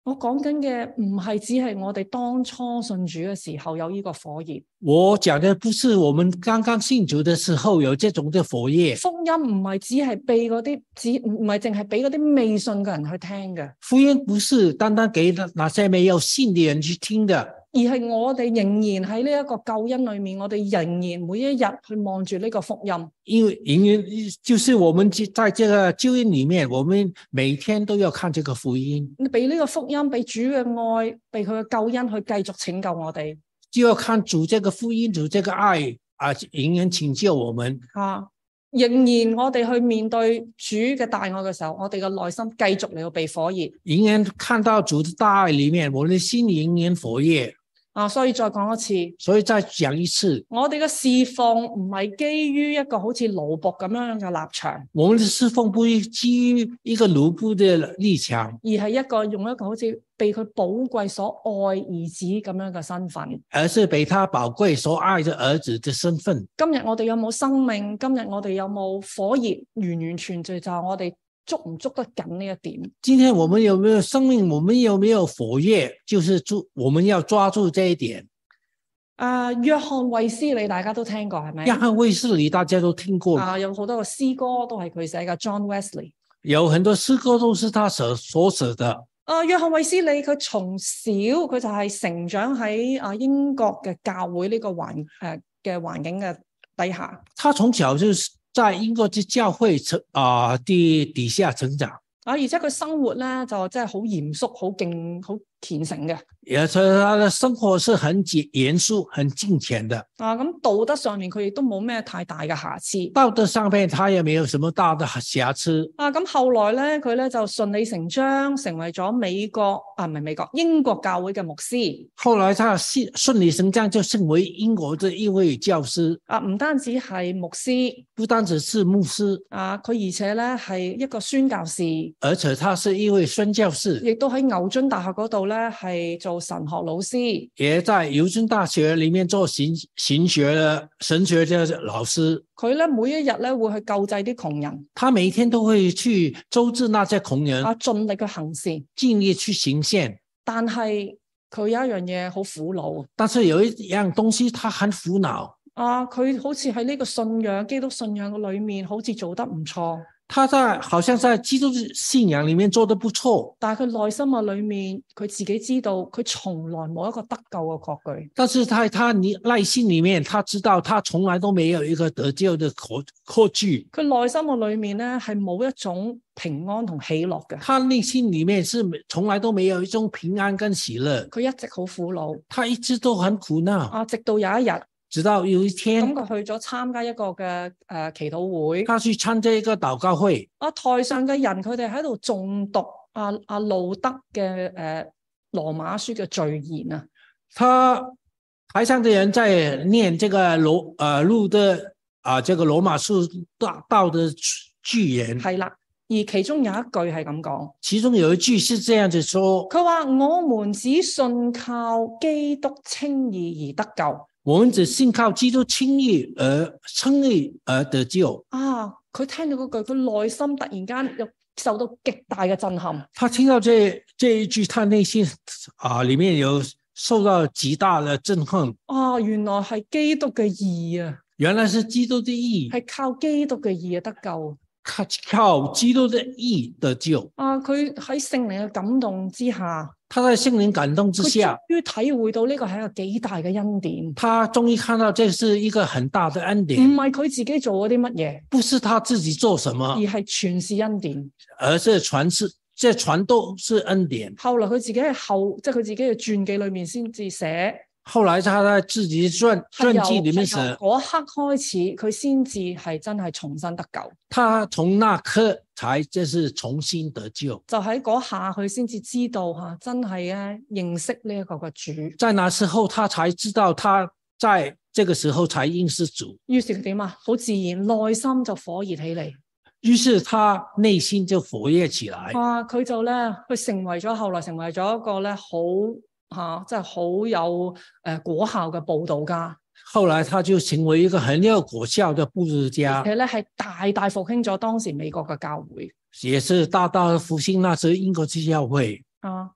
[SPEAKER 3] 我講緊嘅唔係只係我哋當初信主嘅時候有呢個火熱，
[SPEAKER 2] 我讲的不是我们刚刚信主的时候有这种的火热，
[SPEAKER 3] 福音唔係只係俾嗰啲只唔係淨係俾嗰啲未信嘅人去聽嘅，
[SPEAKER 2] 福音不是单单给那那些没有信的人去听的，
[SPEAKER 3] 而係我哋仍然喺呢一個救恩裏面，我哋仍然每一日去望住呢個福音。
[SPEAKER 2] 因为因为就是我们就在这个救恩里面，我们每天都要看这个福音，
[SPEAKER 3] 俾呢個福音，俾主嘅愛，俾佢嘅救恩去繼續拯救我哋。
[SPEAKER 2] 就要看主这个福音，主这个爱啊，永远拯救我们。
[SPEAKER 3] 啊，仍然我哋去面對主嘅大愛嘅時候，我哋嘅內心繼續嚟到被火熱
[SPEAKER 2] 永远看到主的大爱里面，我们的心永远活跃。
[SPEAKER 3] 啊！所以再講一次，
[SPEAKER 2] 所以再讲一次，
[SPEAKER 3] 我哋嘅侍奉唔係基於一個好似奴仆咁樣嘅立場，
[SPEAKER 2] 我们的侍奉不是基于一个奴仆的立场，
[SPEAKER 3] 而係一個用一個好似被佢寶貴所愛兒子咁樣嘅身份。
[SPEAKER 2] 而是被他宝贵所爱的儿子的身份。
[SPEAKER 3] 今日我哋有冇生命？今日我哋有冇火熱？完完全全就係我哋捉唔捉得緊呢一點。
[SPEAKER 2] 今天我们有没有生命？我们有没有活跃？就是住，我们要抓住这一点。
[SPEAKER 3] 啊，約翰衛斯理大家都聽過係咪？
[SPEAKER 2] 亚翰卫斯理大家都听过，
[SPEAKER 3] 啊，有好多個詩歌都係佢寫嘅，John Wesley。
[SPEAKER 2] 有很多诗歌都是他所所写的。
[SPEAKER 3] 啊，約翰衛斯理佢從小佢就係成長喺啊英國嘅教會呢個環誒嘅環境嘅底下。
[SPEAKER 2] 他从小就是在英国之教会成啊、的底下成长，
[SPEAKER 3] 啊，而且佢生活咧就真係好嚴肅、好敬、好虔誠嘅。
[SPEAKER 2] 而且他的生活是很严严肃、很敬虔的，
[SPEAKER 3] 啊，咁道德上面佢亦都冇咩太大嘅瑕疵。
[SPEAKER 2] 道德上面他也没有什么大的瑕疵。
[SPEAKER 3] 啊，咁後來咧，佢咧就順理成章成為咗美國啊，唔係美國英國教會嘅牧師。
[SPEAKER 2] 后来他顺顺理成章就成为英国的一位教师，
[SPEAKER 3] 啊，唔單止係牧師，
[SPEAKER 2] 不单只是牧师，
[SPEAKER 3] 啊，佢而且咧係一個宣教士，亦
[SPEAKER 2] 而且他是一位宣教士，
[SPEAKER 3] 都喺牛津大學嗰度咧係做神學老師。
[SPEAKER 2] 也在牛津大学里面做神神学的神学的老师。
[SPEAKER 3] 佢咧每一日咧會去救濟啲窮人，
[SPEAKER 2] 他每天都会去周至那些穷人，
[SPEAKER 3] 啊，盡力去行善。
[SPEAKER 2] 尽力去行善。
[SPEAKER 3] 但係佢有一樣嘢好苦惱，
[SPEAKER 2] 但是有一样东西他很苦恼，
[SPEAKER 3] 啊，佢好似喺呢個信仰基督信仰嘅裏面，好似做得唔錯。
[SPEAKER 2] 他在好像在基督信仰里面做得不错，
[SPEAKER 3] 但係佢內心嘅裏面，佢自己知道，佢從來冇一個得救嘅確據。
[SPEAKER 2] 但是在他你耐心里面，他知道他从来都没有一个得救的口口据，
[SPEAKER 3] 佢內心嘅裏面咧係冇一種平安同喜樂嘅，
[SPEAKER 2] 他内心里面是从来都没有一种平安跟喜乐，
[SPEAKER 3] 佢一直好苦惱。
[SPEAKER 2] 他一直都很苦恼。
[SPEAKER 3] 啊，直到有一日，咁
[SPEAKER 2] 直到有一天，
[SPEAKER 3] 佢去咗參加一個嘅誒、呃祈禱會，
[SPEAKER 2] 他去参加一个祷告会，
[SPEAKER 3] 啊台上嘅人佢哋喺度重讀啊啊路德嘅誒、呃、羅馬書嘅序言啊，
[SPEAKER 2] 他台上的人在念这个罗呃路的啊、这个罗马书大道的句言，
[SPEAKER 3] 係啦，而其中有一句係咁講。
[SPEAKER 2] 其中有一句是这样子说：
[SPEAKER 3] 佢話：我們只信靠基督稱義而得救。
[SPEAKER 2] 我们只信靠基督轻易而称义而得救。
[SPEAKER 3] 啊！佢聽到嗰句，佢內心突然間又受到極大嘅震撼。
[SPEAKER 2] 他听到这这一句，他内心啊、里面有受到极大的震撼。
[SPEAKER 3] 啊！原來係基督嘅義啊，
[SPEAKER 2] 原来是基督的义，
[SPEAKER 3] 係靠基督嘅義啊得救。
[SPEAKER 2] 靠靠基督的义得救。
[SPEAKER 3] 啊！佢喺聖靈嘅感動之下，
[SPEAKER 2] 他在圣灵感动之
[SPEAKER 3] 佢
[SPEAKER 2] 下
[SPEAKER 3] 終，於體會到呢個係一個幾大嘅恩典，唔
[SPEAKER 2] 他终于看到这是一个很大的恩典。
[SPEAKER 3] 係佢自己做咗啲乜嘢，
[SPEAKER 2] 不是他自己做什么
[SPEAKER 3] 而，係全是恩典。
[SPEAKER 2] 而是传是这传都是恩典。
[SPEAKER 3] 後來佢自己喺後，即係佢自己嘅傳記裏面先至寫，
[SPEAKER 2] 后来他在自己传
[SPEAKER 3] 係
[SPEAKER 2] 传
[SPEAKER 3] 由
[SPEAKER 2] 记里面
[SPEAKER 3] 係由
[SPEAKER 2] 写，
[SPEAKER 3] 嗰一刻開始，佢先至係真係重新得救。
[SPEAKER 2] 他从那刻才就是重新得救。
[SPEAKER 3] 就喺嗰下佢先至知道吓、啊真係咧認識呢一個嘅主。
[SPEAKER 2] 在那时候，他才知道他在这个时候才认识主，
[SPEAKER 3] 於是佢點啊？好自然，內心就火熱起嚟。
[SPEAKER 2] 于是他内心就活跃起来。
[SPEAKER 3] 啊，佢就咧，佢成為咗後來成為咗一個咧好吓，即係好有诶、呃果效嘅報道家，
[SPEAKER 2] 后来他就成为一个很有果效的布道
[SPEAKER 3] 而
[SPEAKER 2] 家，
[SPEAKER 3] 且咧係大大復興咗當時美國嘅教會
[SPEAKER 2] 也是大大的复兴那时英国之教会。
[SPEAKER 3] 啊。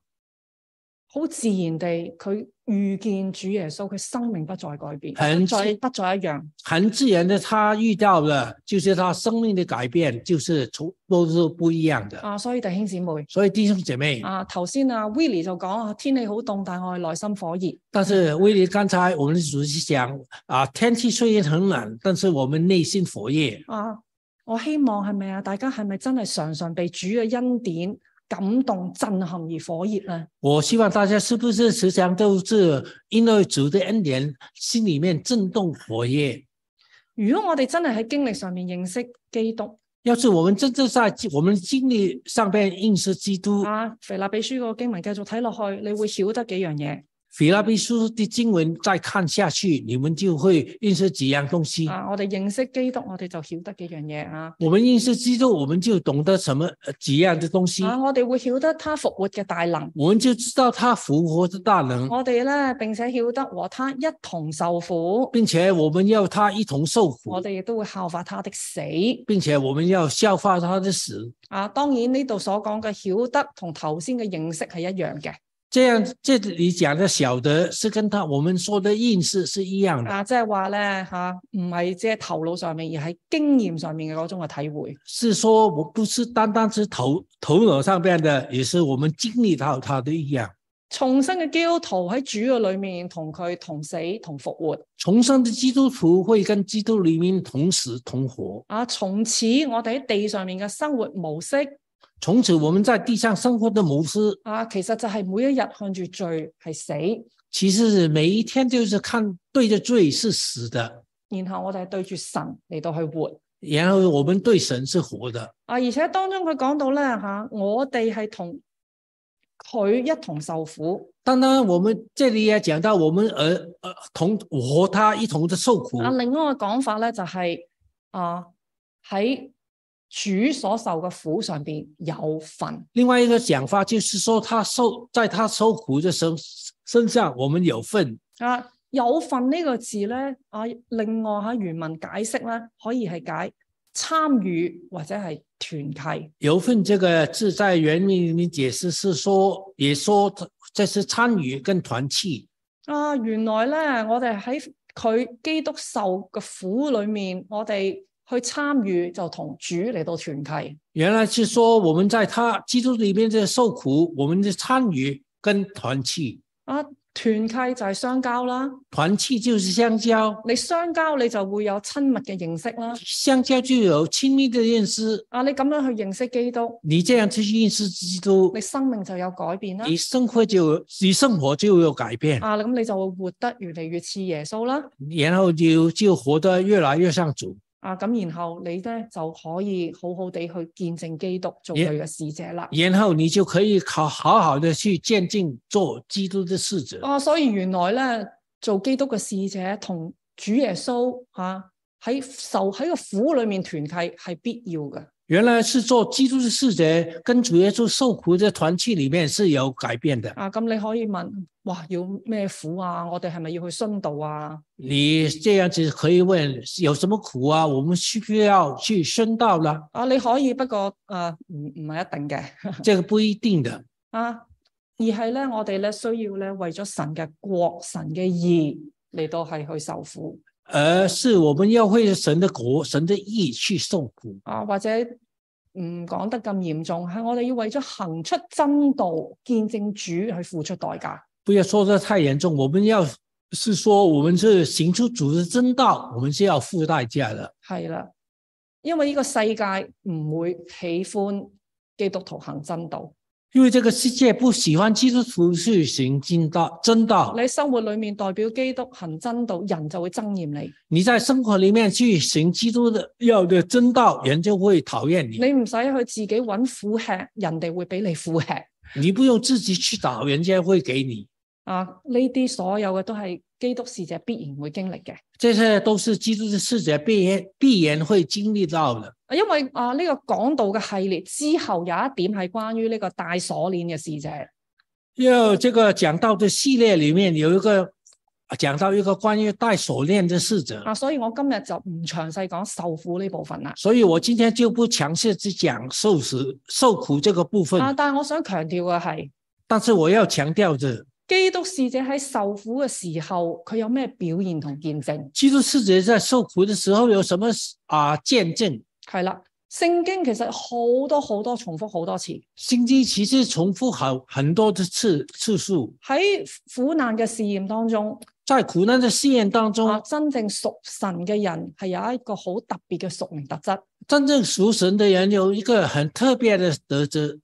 [SPEAKER 3] 好自然地，佢遇見主耶穌，佢生命不再改變，
[SPEAKER 2] 很
[SPEAKER 3] 不再不再一樣。
[SPEAKER 2] 很自然的，他遇到了，就是他生命的改变，就是从都是不一样的。
[SPEAKER 3] 啊，所以弟兄姊妹。
[SPEAKER 2] 所以弟兄姐妹，
[SPEAKER 3] 啊，頭先啊 Willie 就講啊，天氣好凍，但我係內心火熱。
[SPEAKER 2] 但是
[SPEAKER 3] 嗯
[SPEAKER 2] 威廉刚才我们的主席讲啊，天气虽然很冷，但是我们内心活跃。
[SPEAKER 3] 啊，我希望係咪啊？大家係咪真係常常被主嘅恩典感動、震撼而火熱咧？
[SPEAKER 2] 我希望大家是不是时常都是因为主的恩典，心里面震动活跃？
[SPEAKER 3] 如果我哋真係喺經歷上面認識基督
[SPEAKER 2] 要是我们真正在我们经历上边认识基督，
[SPEAKER 3] 啊，腓立比書個經文繼續睇落去，你會曉得幾樣嘢
[SPEAKER 2] 腓拉比书的经文再看下去，你们就会认识几样东西。
[SPEAKER 3] 啊！我哋認識基督，我哋就曉得幾樣嘢啊！
[SPEAKER 2] 我们认识基督，我们就懂得什么呃几样的东西，
[SPEAKER 3] 啊，我哋會曉得他復活嘅大能，
[SPEAKER 2] 我们就知道他复活的大能，
[SPEAKER 3] 我哋咧並且曉得和他一同受苦，
[SPEAKER 2] 并且我们要他一同受
[SPEAKER 3] 我
[SPEAKER 2] 苦，
[SPEAKER 3] 哋亦都會效法他的死。
[SPEAKER 2] 并且我们要效法他的死。
[SPEAKER 3] 啊，當然呢度所講嘅曉得同頭先嘅認識係一樣嘅。
[SPEAKER 2] 这样这里讲的晓得是跟他我们说的应试是一样的，
[SPEAKER 3] 啊，即係話咧吓，唔係即係頭腦上面，而係經驗上面嘅嗰種嘅體會。
[SPEAKER 2] 是说我不是单单是头头脑上边的，也是我们经历到他的一样。
[SPEAKER 3] 重生嘅基督徒喺主嘅裏面同佢同死同復活
[SPEAKER 2] 重生的基督徒会跟基督里面同死同活，
[SPEAKER 3] 啊！從此我哋喺地上面嘅生活模式
[SPEAKER 2] 从此我们在地上生活的模式，
[SPEAKER 3] 啊，其實就係每一日向住罪係死，
[SPEAKER 2] 其实是每一天就是看对着罪是死的，
[SPEAKER 3] 然後我哋係對住神嚟到去活
[SPEAKER 2] 然后我们对神是活的。
[SPEAKER 3] 啊！而且當中佢講到咧吓、啊我哋係同佢一同受苦
[SPEAKER 2] 当然，我们这里也讲到，我们呃呃同我和他一同的受苦。
[SPEAKER 3] 啊。另一個講法咧就係啊喺主所受嘅苦上邊有份。
[SPEAKER 2] 另外一个讲法就是说，他受在他受苦的身身上，我们有份。
[SPEAKER 3] 啊，有份呢個字咧，啊，另外喺原文解釋咧，可以係解參與或者係團契。
[SPEAKER 2] 有份这个字在原文里面解释是说，也说他这是参与跟团契。
[SPEAKER 3] 啊，原來咧，我哋喺佢基督受嘅苦裏面，我哋去參與就同主嚟到團契。
[SPEAKER 2] 原来是说我们在他基督里面的受苦，我们的参与跟团契。
[SPEAKER 3] 啊，團契就係相交啦，
[SPEAKER 2] 团契就是相交，
[SPEAKER 3] 你相交你就會有親密嘅認識啦。
[SPEAKER 2] 相交就有亲密的认识。
[SPEAKER 3] 啊，你咁樣去認識基督，
[SPEAKER 2] 你这样去认识基督
[SPEAKER 3] 你，生命就有改變啦。
[SPEAKER 2] 你生活就有你生活就有改变，
[SPEAKER 3] 啊，咁你就會活得越嚟越似耶穌啦。
[SPEAKER 2] 然后就就活得越来越像主。
[SPEAKER 3] 啊，咁然後你咧就可以好好地去見證基督做
[SPEAKER 2] Yeah.
[SPEAKER 3] 佢嘅使者啦。
[SPEAKER 2] 然后你就可以考好好的去渐进做基督的使者。
[SPEAKER 3] 啊，所以原來咧做基督嘅使者同主耶穌啊喺受喺個苦裏面團契係必要嘅。
[SPEAKER 2] 原来是做基督的使者，跟主耶稣受苦的团契里面是有改变的。
[SPEAKER 3] 啊，咁你可以問：哇，要咩苦啊？我哋係咪要去殉道啊？
[SPEAKER 2] 你这样子可以问有什么苦啊？我们需不需要去宣道呢？
[SPEAKER 3] 啊，你可以，不過啊，唔唔係一定嘅
[SPEAKER 2] 这个不一定的，
[SPEAKER 3] 啊，而係咧我哋咧需要咧為咗神嘅國、神嘅義嚟到係去受苦。
[SPEAKER 2] 而是我们要为神的国、神的意去受苦。
[SPEAKER 3] 啊，或者唔講得咁嚴重，係我哋要為咗行出真道、見證主去付出代價。
[SPEAKER 2] 不要说的太严重，我们要是说我们是行出主的真道，我们是要付代价的。
[SPEAKER 3] 係啦，因為呢個世界唔會喜歡基督徒行真道。
[SPEAKER 2] 因为这个世界不喜欢基督徒去行真道，真道
[SPEAKER 3] 你生活裏面代表基督行真道，人就會憎厭你。
[SPEAKER 2] 你在生活里面去行基督的要的真道，人就会讨厌你。
[SPEAKER 3] 你唔使去自己揾苦吃，人哋會俾你苦吃。
[SPEAKER 2] 你不用自己去找，人家会给你。
[SPEAKER 3] 啊，呢啲所有嘅都係基督使者必然會經歷嘅。
[SPEAKER 2] 这些都是基督的使者必然必然会经历到的。
[SPEAKER 3] 因為啊，呢、個講道嘅系列之後有一點係關於呢個帶鎖鏈嘅使者。
[SPEAKER 2] 要这个讲到的系列里面有一个讲到一个关于戴锁链的使者，
[SPEAKER 3] 啊，所以我今日就唔詳細講受苦呢部分啦。
[SPEAKER 2] 所以我今天就不详细去讲受死受苦这个部分，
[SPEAKER 3] 啊，但係我想強調嘅係，
[SPEAKER 2] 但是我要强调的，
[SPEAKER 3] 基督使者喺受苦嘅時候，佢有咩表現同見證？
[SPEAKER 2] 基督使者在受苦的时候有什么啊见证？
[SPEAKER 3] 係啦，聖經其實好多好多重複好多次，
[SPEAKER 2] 心经其实重复好很多的次次数，
[SPEAKER 3] 喺苦難嘅試驗當中，
[SPEAKER 2] 在苦难的试验当
[SPEAKER 3] 啊，
[SPEAKER 2] 中，
[SPEAKER 3] 真正屬神嘅人係有一個好特別嘅屬靈特質，
[SPEAKER 2] 真正属神的人有一个很特别的得知，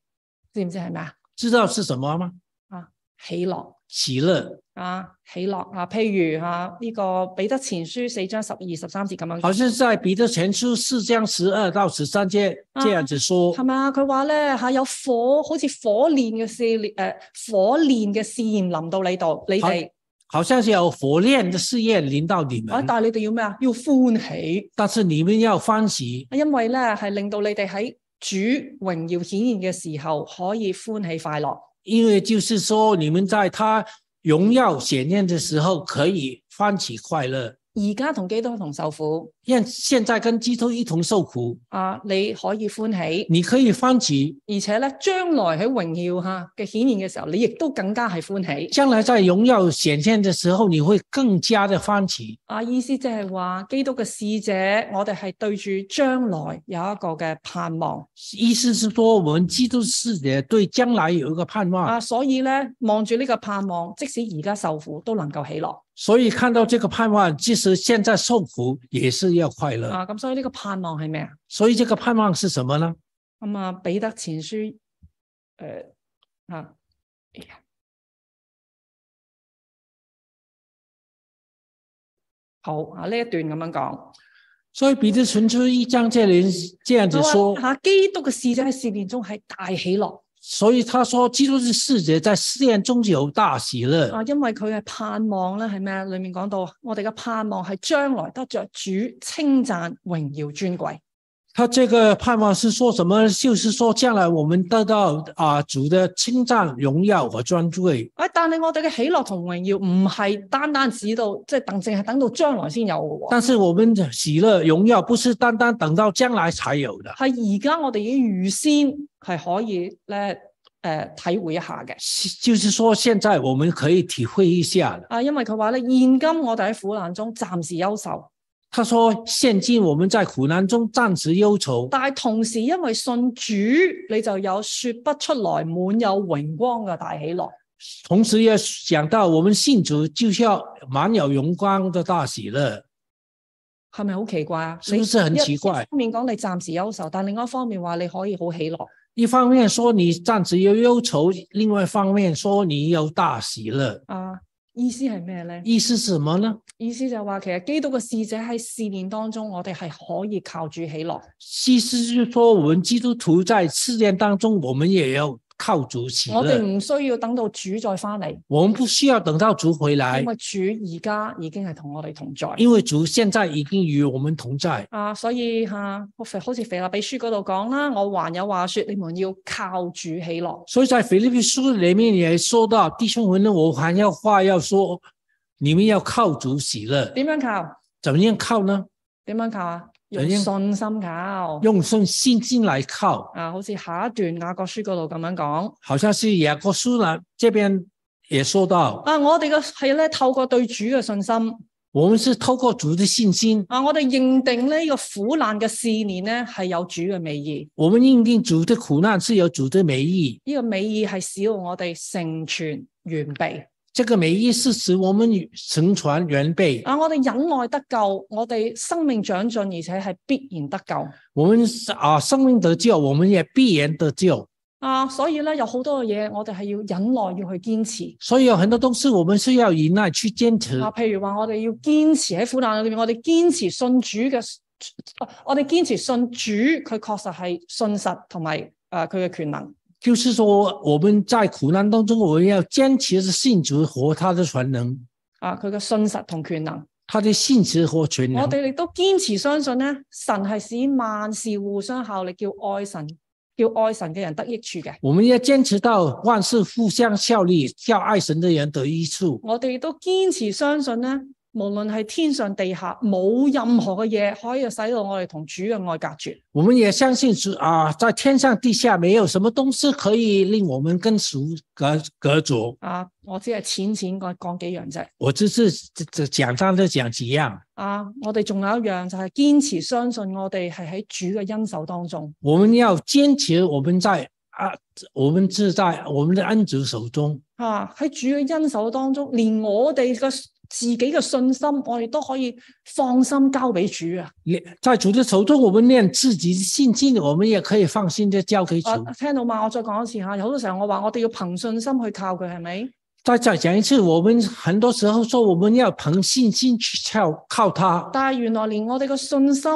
[SPEAKER 3] 知唔知係咩啊？
[SPEAKER 2] 知道是什么吗？
[SPEAKER 3] 喜樂。
[SPEAKER 2] 喜乐，
[SPEAKER 3] 啊，喜樂啊！譬如啊，呢、個彼得前書四章十二十三節咁樣講
[SPEAKER 2] 好像是在彼得前书四章十二到十三节
[SPEAKER 3] 啊
[SPEAKER 2] 这样子说，
[SPEAKER 3] 係咪啊？佢話咧嚇有火，好似火煉嘅試煉，誒、火煉嘅試驗臨到你度，你哋
[SPEAKER 2] 好像是有火炼的试验临到你
[SPEAKER 3] 啊，
[SPEAKER 2] 们，
[SPEAKER 3] 但係你哋要咩啊？要歡喜，啊
[SPEAKER 2] 但是你们要欢喜，
[SPEAKER 3] 因為咧係令到你哋喺主榮耀顯現嘅時候可以歡喜快樂。
[SPEAKER 2] 因为就是说你们在他荣耀显现的时候可以欢喜快乐。
[SPEAKER 3] 而家同基督一同受苦
[SPEAKER 2] 现现在跟基督一同受苦，
[SPEAKER 3] 啊，你可以歡喜，
[SPEAKER 2] 你可以欢喜，
[SPEAKER 3] 而且咧將來喺榮耀吓嘅顯現嘅時候，你亦都更加係歡喜。
[SPEAKER 2] 将来在荣耀显现的时候，你会更加的欢喜。
[SPEAKER 3] 啊，意思即係話基督嘅使者，我哋係對住將來有一個嘅盼望
[SPEAKER 2] 意思是说，我们基督世界对将来有一个盼望，
[SPEAKER 3] 啊，所以咧望住呢個盼望，即使而家受苦都能夠喜樂
[SPEAKER 2] 所以看到这个盼望，即使现在受苦，也是要快乐。
[SPEAKER 3] 啊。咁所以呢個盼望係咩啊？
[SPEAKER 2] 所以这个盼望是什么呢？
[SPEAKER 3] 咁啊，彼得前書诶、呃、啊，哎呀好啊，呢一段咁樣講。
[SPEAKER 2] 所以彼得前书一章这里这样子说
[SPEAKER 3] 佢話，啊，基督嘅使者喺試煉中係大喜樂
[SPEAKER 2] 所以他说基督是世界在试验中有大喜乐。
[SPEAKER 3] 啊，因為佢係盼望咧，係咩？裏面講到啊我哋嘅盼望係將來得着主稱讚、榮耀、尊貴。
[SPEAKER 2] 他这个盼望是说什么？就是说将来我们得到啊主的称赞、荣耀和尊贵。
[SPEAKER 3] 啊，但係我哋嘅喜樂同榮耀唔係單單指到即係等，淨係等到將來先有嘅喎。
[SPEAKER 2] 但是我们的喜乐、荣耀不是单单等到将来才有的，
[SPEAKER 3] 係而家我哋已經預先係可以咧誒、呃、體會一下嘅。
[SPEAKER 2] 是就是说现在我们可以体会一下的。
[SPEAKER 3] 啊，因為佢話咧，現今我哋喺苦難中暫時憂愁，
[SPEAKER 2] 他说，现今我们在苦难中暂时忧愁，
[SPEAKER 3] 但係同時因為信主，你就有説不出來滿有榮光嘅大喜樂。
[SPEAKER 2] 同时也想到我们信主就是要满有荣光的大喜乐。
[SPEAKER 3] 係咪好奇怪啊？
[SPEAKER 2] 是不是很
[SPEAKER 3] 你一
[SPEAKER 2] 奇怪
[SPEAKER 3] 一方面講你暫時優秀，但另外一方面話你可以好喜樂。
[SPEAKER 2] 一方面说你暂时有忧愁，另外一方面说你有大喜乐，
[SPEAKER 3] 啊，意思係咩咧？
[SPEAKER 2] 意思是什么呢？
[SPEAKER 3] 意思就係話其實基督嘅使者喺試煉當中，我哋係可以靠主喜樂。
[SPEAKER 2] 意思是说，我们基督徒在试炼当中，我们也要靠主喜
[SPEAKER 3] 我哋
[SPEAKER 2] 乐。
[SPEAKER 3] 唔需要等到主再翻嚟，
[SPEAKER 2] 我们不需要等到主回来
[SPEAKER 3] 因，為主而家已經係同我哋同在。
[SPEAKER 2] 因为主现在已经与我们同在。
[SPEAKER 3] 啊，所以吓、啊，好似好似腓立比書嗰度講啦，我還有話說，你們要靠主喜樂。
[SPEAKER 2] 所以在腓立比书里面也说到，弟兄们呢，我还要话要说，你们要靠主喜乐。
[SPEAKER 3] 點樣靠？
[SPEAKER 2] 怎么样靠呢？
[SPEAKER 3] 點樣靠啊？用
[SPEAKER 2] 已經
[SPEAKER 3] 信心靠。
[SPEAKER 2] 用信信心来靠，
[SPEAKER 3] 啊，好似下一段雅各書嗰度咁樣講。
[SPEAKER 2] 好像是雅各书呢这边也说到，
[SPEAKER 3] 啊，我哋嘅係咧透過對主嘅信心，
[SPEAKER 2] 我们是透过主的信心，
[SPEAKER 3] 啊，我哋認定呢個苦難嘅試煉咧係有主嘅美意，
[SPEAKER 2] 我们认定主的苦难是有主的美意，
[SPEAKER 3] 呢、個美意係使到我哋成全完備。
[SPEAKER 2] 这个美意是使我们成全原备，
[SPEAKER 3] 啊，我哋忍耐得救，我哋生命長進，而且係必然得救。
[SPEAKER 2] 我们啊生命得救，我们也必然得救。
[SPEAKER 3] 啊，所以咧有好多嘅嘢，我哋係要忍耐，要去堅持。
[SPEAKER 2] 所以有很多东西我们是要忍耐去坚持
[SPEAKER 3] 啊，，譬如話我哋要堅持喺苦難裏面，我哋堅持信主嘅，啊我哋堅持信主，佢確實係信實同埋誒佢嘅權能。
[SPEAKER 2] 就是说我们在苦难当中，我们要坚持的信主和他的全能，
[SPEAKER 3] 啊，佢嘅信實同權能，
[SPEAKER 2] 他的信实和全
[SPEAKER 3] 我
[SPEAKER 2] 能。
[SPEAKER 3] 哋亦都堅持相信咧，神係使萬事互相效力，叫愛神，叫愛神嘅人得益處嘅。
[SPEAKER 2] 我们要坚持到万事互相效力，叫爱神的人得益处。
[SPEAKER 3] 我哋亦都堅持相信咧，無論係天上地下，冇任何嘅嘢可以使到我哋同主嘅愛隔絕。
[SPEAKER 2] 我们也相信主啊，在天上地下没有什么东西可以令我们跟主隔隔绝。
[SPEAKER 3] 啊，我只係淺淺講講幾樣啫。
[SPEAKER 2] 我只是这这简单的讲几样。
[SPEAKER 3] 啊，我哋仲有一樣就係堅持相信我哋係喺主嘅恩手當中。
[SPEAKER 2] 我们要坚持我们在啊，我们是在我们的恩主手中。
[SPEAKER 3] 啊！喺主嘅恩手當中，連我哋嘅自己嘅信心，我哋都可以放心交俾主啊！
[SPEAKER 2] 你在主的手中，我们练自己的信心，我们也可以放心的交给主。
[SPEAKER 3] 啊，聽到嘛？我再講一次嚇，有好多時候我話我哋要憑信心去靠佢，係咪？
[SPEAKER 2] 再再讲一次，我们很多时候说我们要凭信心去靠靠他，
[SPEAKER 3] 但係原來連我哋嘅信心，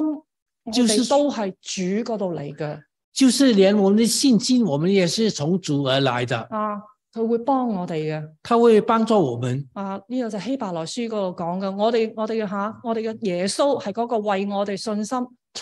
[SPEAKER 3] 我
[SPEAKER 2] 就是
[SPEAKER 3] 哋都係主嗰度嚟嘅
[SPEAKER 2] 就是连我们的信心，我们也是從主而來的，
[SPEAKER 3] 啊！佢會幫我哋嘅
[SPEAKER 2] 他會幫助我們。
[SPEAKER 3] 啊！呢、個就希伯來書嗰度講嘅，我哋我哋嘅嚇，我哋嘅耶穌係嗰個為我哋信心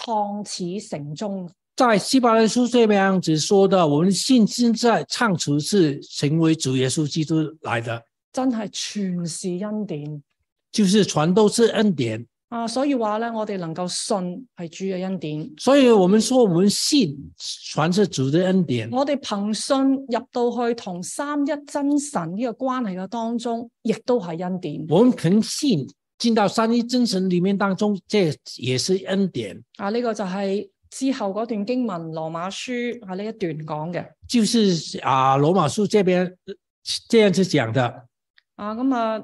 [SPEAKER 3] 創始成終
[SPEAKER 2] 在希伯来书这样子说的，我们信心在唱出是成为主耶稣基督来的，
[SPEAKER 3] 真係全是恩典
[SPEAKER 2] 就是全都是恩典。
[SPEAKER 3] 啊，所以話咧，我哋能夠信係主嘅恩典，
[SPEAKER 2] 所以我们说，我们信全是主的恩典。
[SPEAKER 3] 我哋憑信入到去同三一真神呢個關係嘅當中，亦都係恩典。
[SPEAKER 2] 我们肯信进到三一真神里面当中，这也是恩典。
[SPEAKER 3] 啊，呢、個就係之後嗰段經文《羅馬書》啊呢一段講嘅。
[SPEAKER 2] 就是啊，罗马书这边呃这样子讲的，
[SPEAKER 3] 啊，咁啊，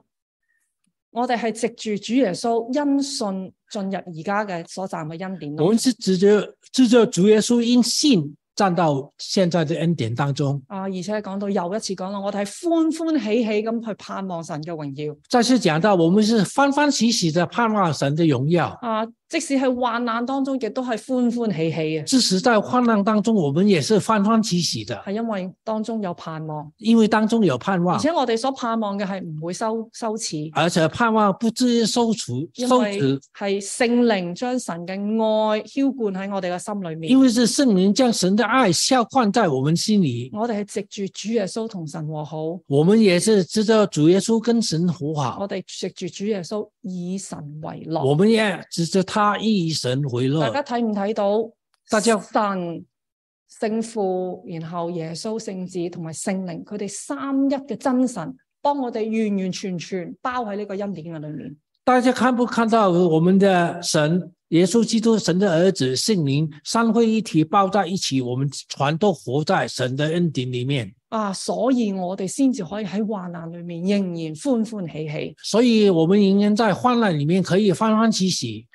[SPEAKER 3] 我哋係藉住主耶穌因信進入而家嘅所站嘅恩典
[SPEAKER 2] 我
[SPEAKER 3] 咯。
[SPEAKER 2] 们是指着指着主耶稣因信站到现在的恩典当中。
[SPEAKER 3] 啊，而且講到又一次講啦，我哋係歡歡喜喜咁去盼望神嘅榮耀。
[SPEAKER 2] 再次讲到，我们是欢欢喜喜的盼望神的荣耀，
[SPEAKER 3] 啊，即使係患難當中，亦都係歡歡喜喜嘅，
[SPEAKER 2] 即使在患难当中，我们也是欢欢喜喜的，
[SPEAKER 3] 係因為當中有盼望，
[SPEAKER 2] 因为当中有盼
[SPEAKER 3] 而
[SPEAKER 2] 望，
[SPEAKER 3] 且我哋所盼望嘅係唔會羞羞恥，
[SPEAKER 2] 而且盼望不至于受除
[SPEAKER 3] 因
[SPEAKER 2] 受
[SPEAKER 3] 為
[SPEAKER 2] 啊耻，
[SPEAKER 3] 係聖靈將神嘅愛澆灌喺我哋嘅心裏面
[SPEAKER 2] 因。为是圣灵将神的爱浇灌在我们心里。
[SPEAKER 3] 我哋係藉住主耶穌同神和好，
[SPEAKER 2] 我们也是知道主耶稣跟神和好
[SPEAKER 3] 我，哋藉住主耶穌以神為樂。
[SPEAKER 2] 啊我们也知道他以神回
[SPEAKER 3] 大
[SPEAKER 2] 乐
[SPEAKER 3] 家。睇唔睇到？
[SPEAKER 2] 大家
[SPEAKER 3] 神、聖父，然後耶穌、聖子同埋聖靈，佢哋三一嘅真神，幫我哋完完全全包喺呢個恩典嘅裏面。
[SPEAKER 2] 大家看不看到我们的神耶稣基督，神的儿子圣灵三位一体抱在一起，我们全都活在神的恩典里面。
[SPEAKER 3] 啊，所以我哋先至可以喺患難裏面仍然歡歡喜喜。
[SPEAKER 2] 所以我们仍然在患难里面可以欢欢喜喜。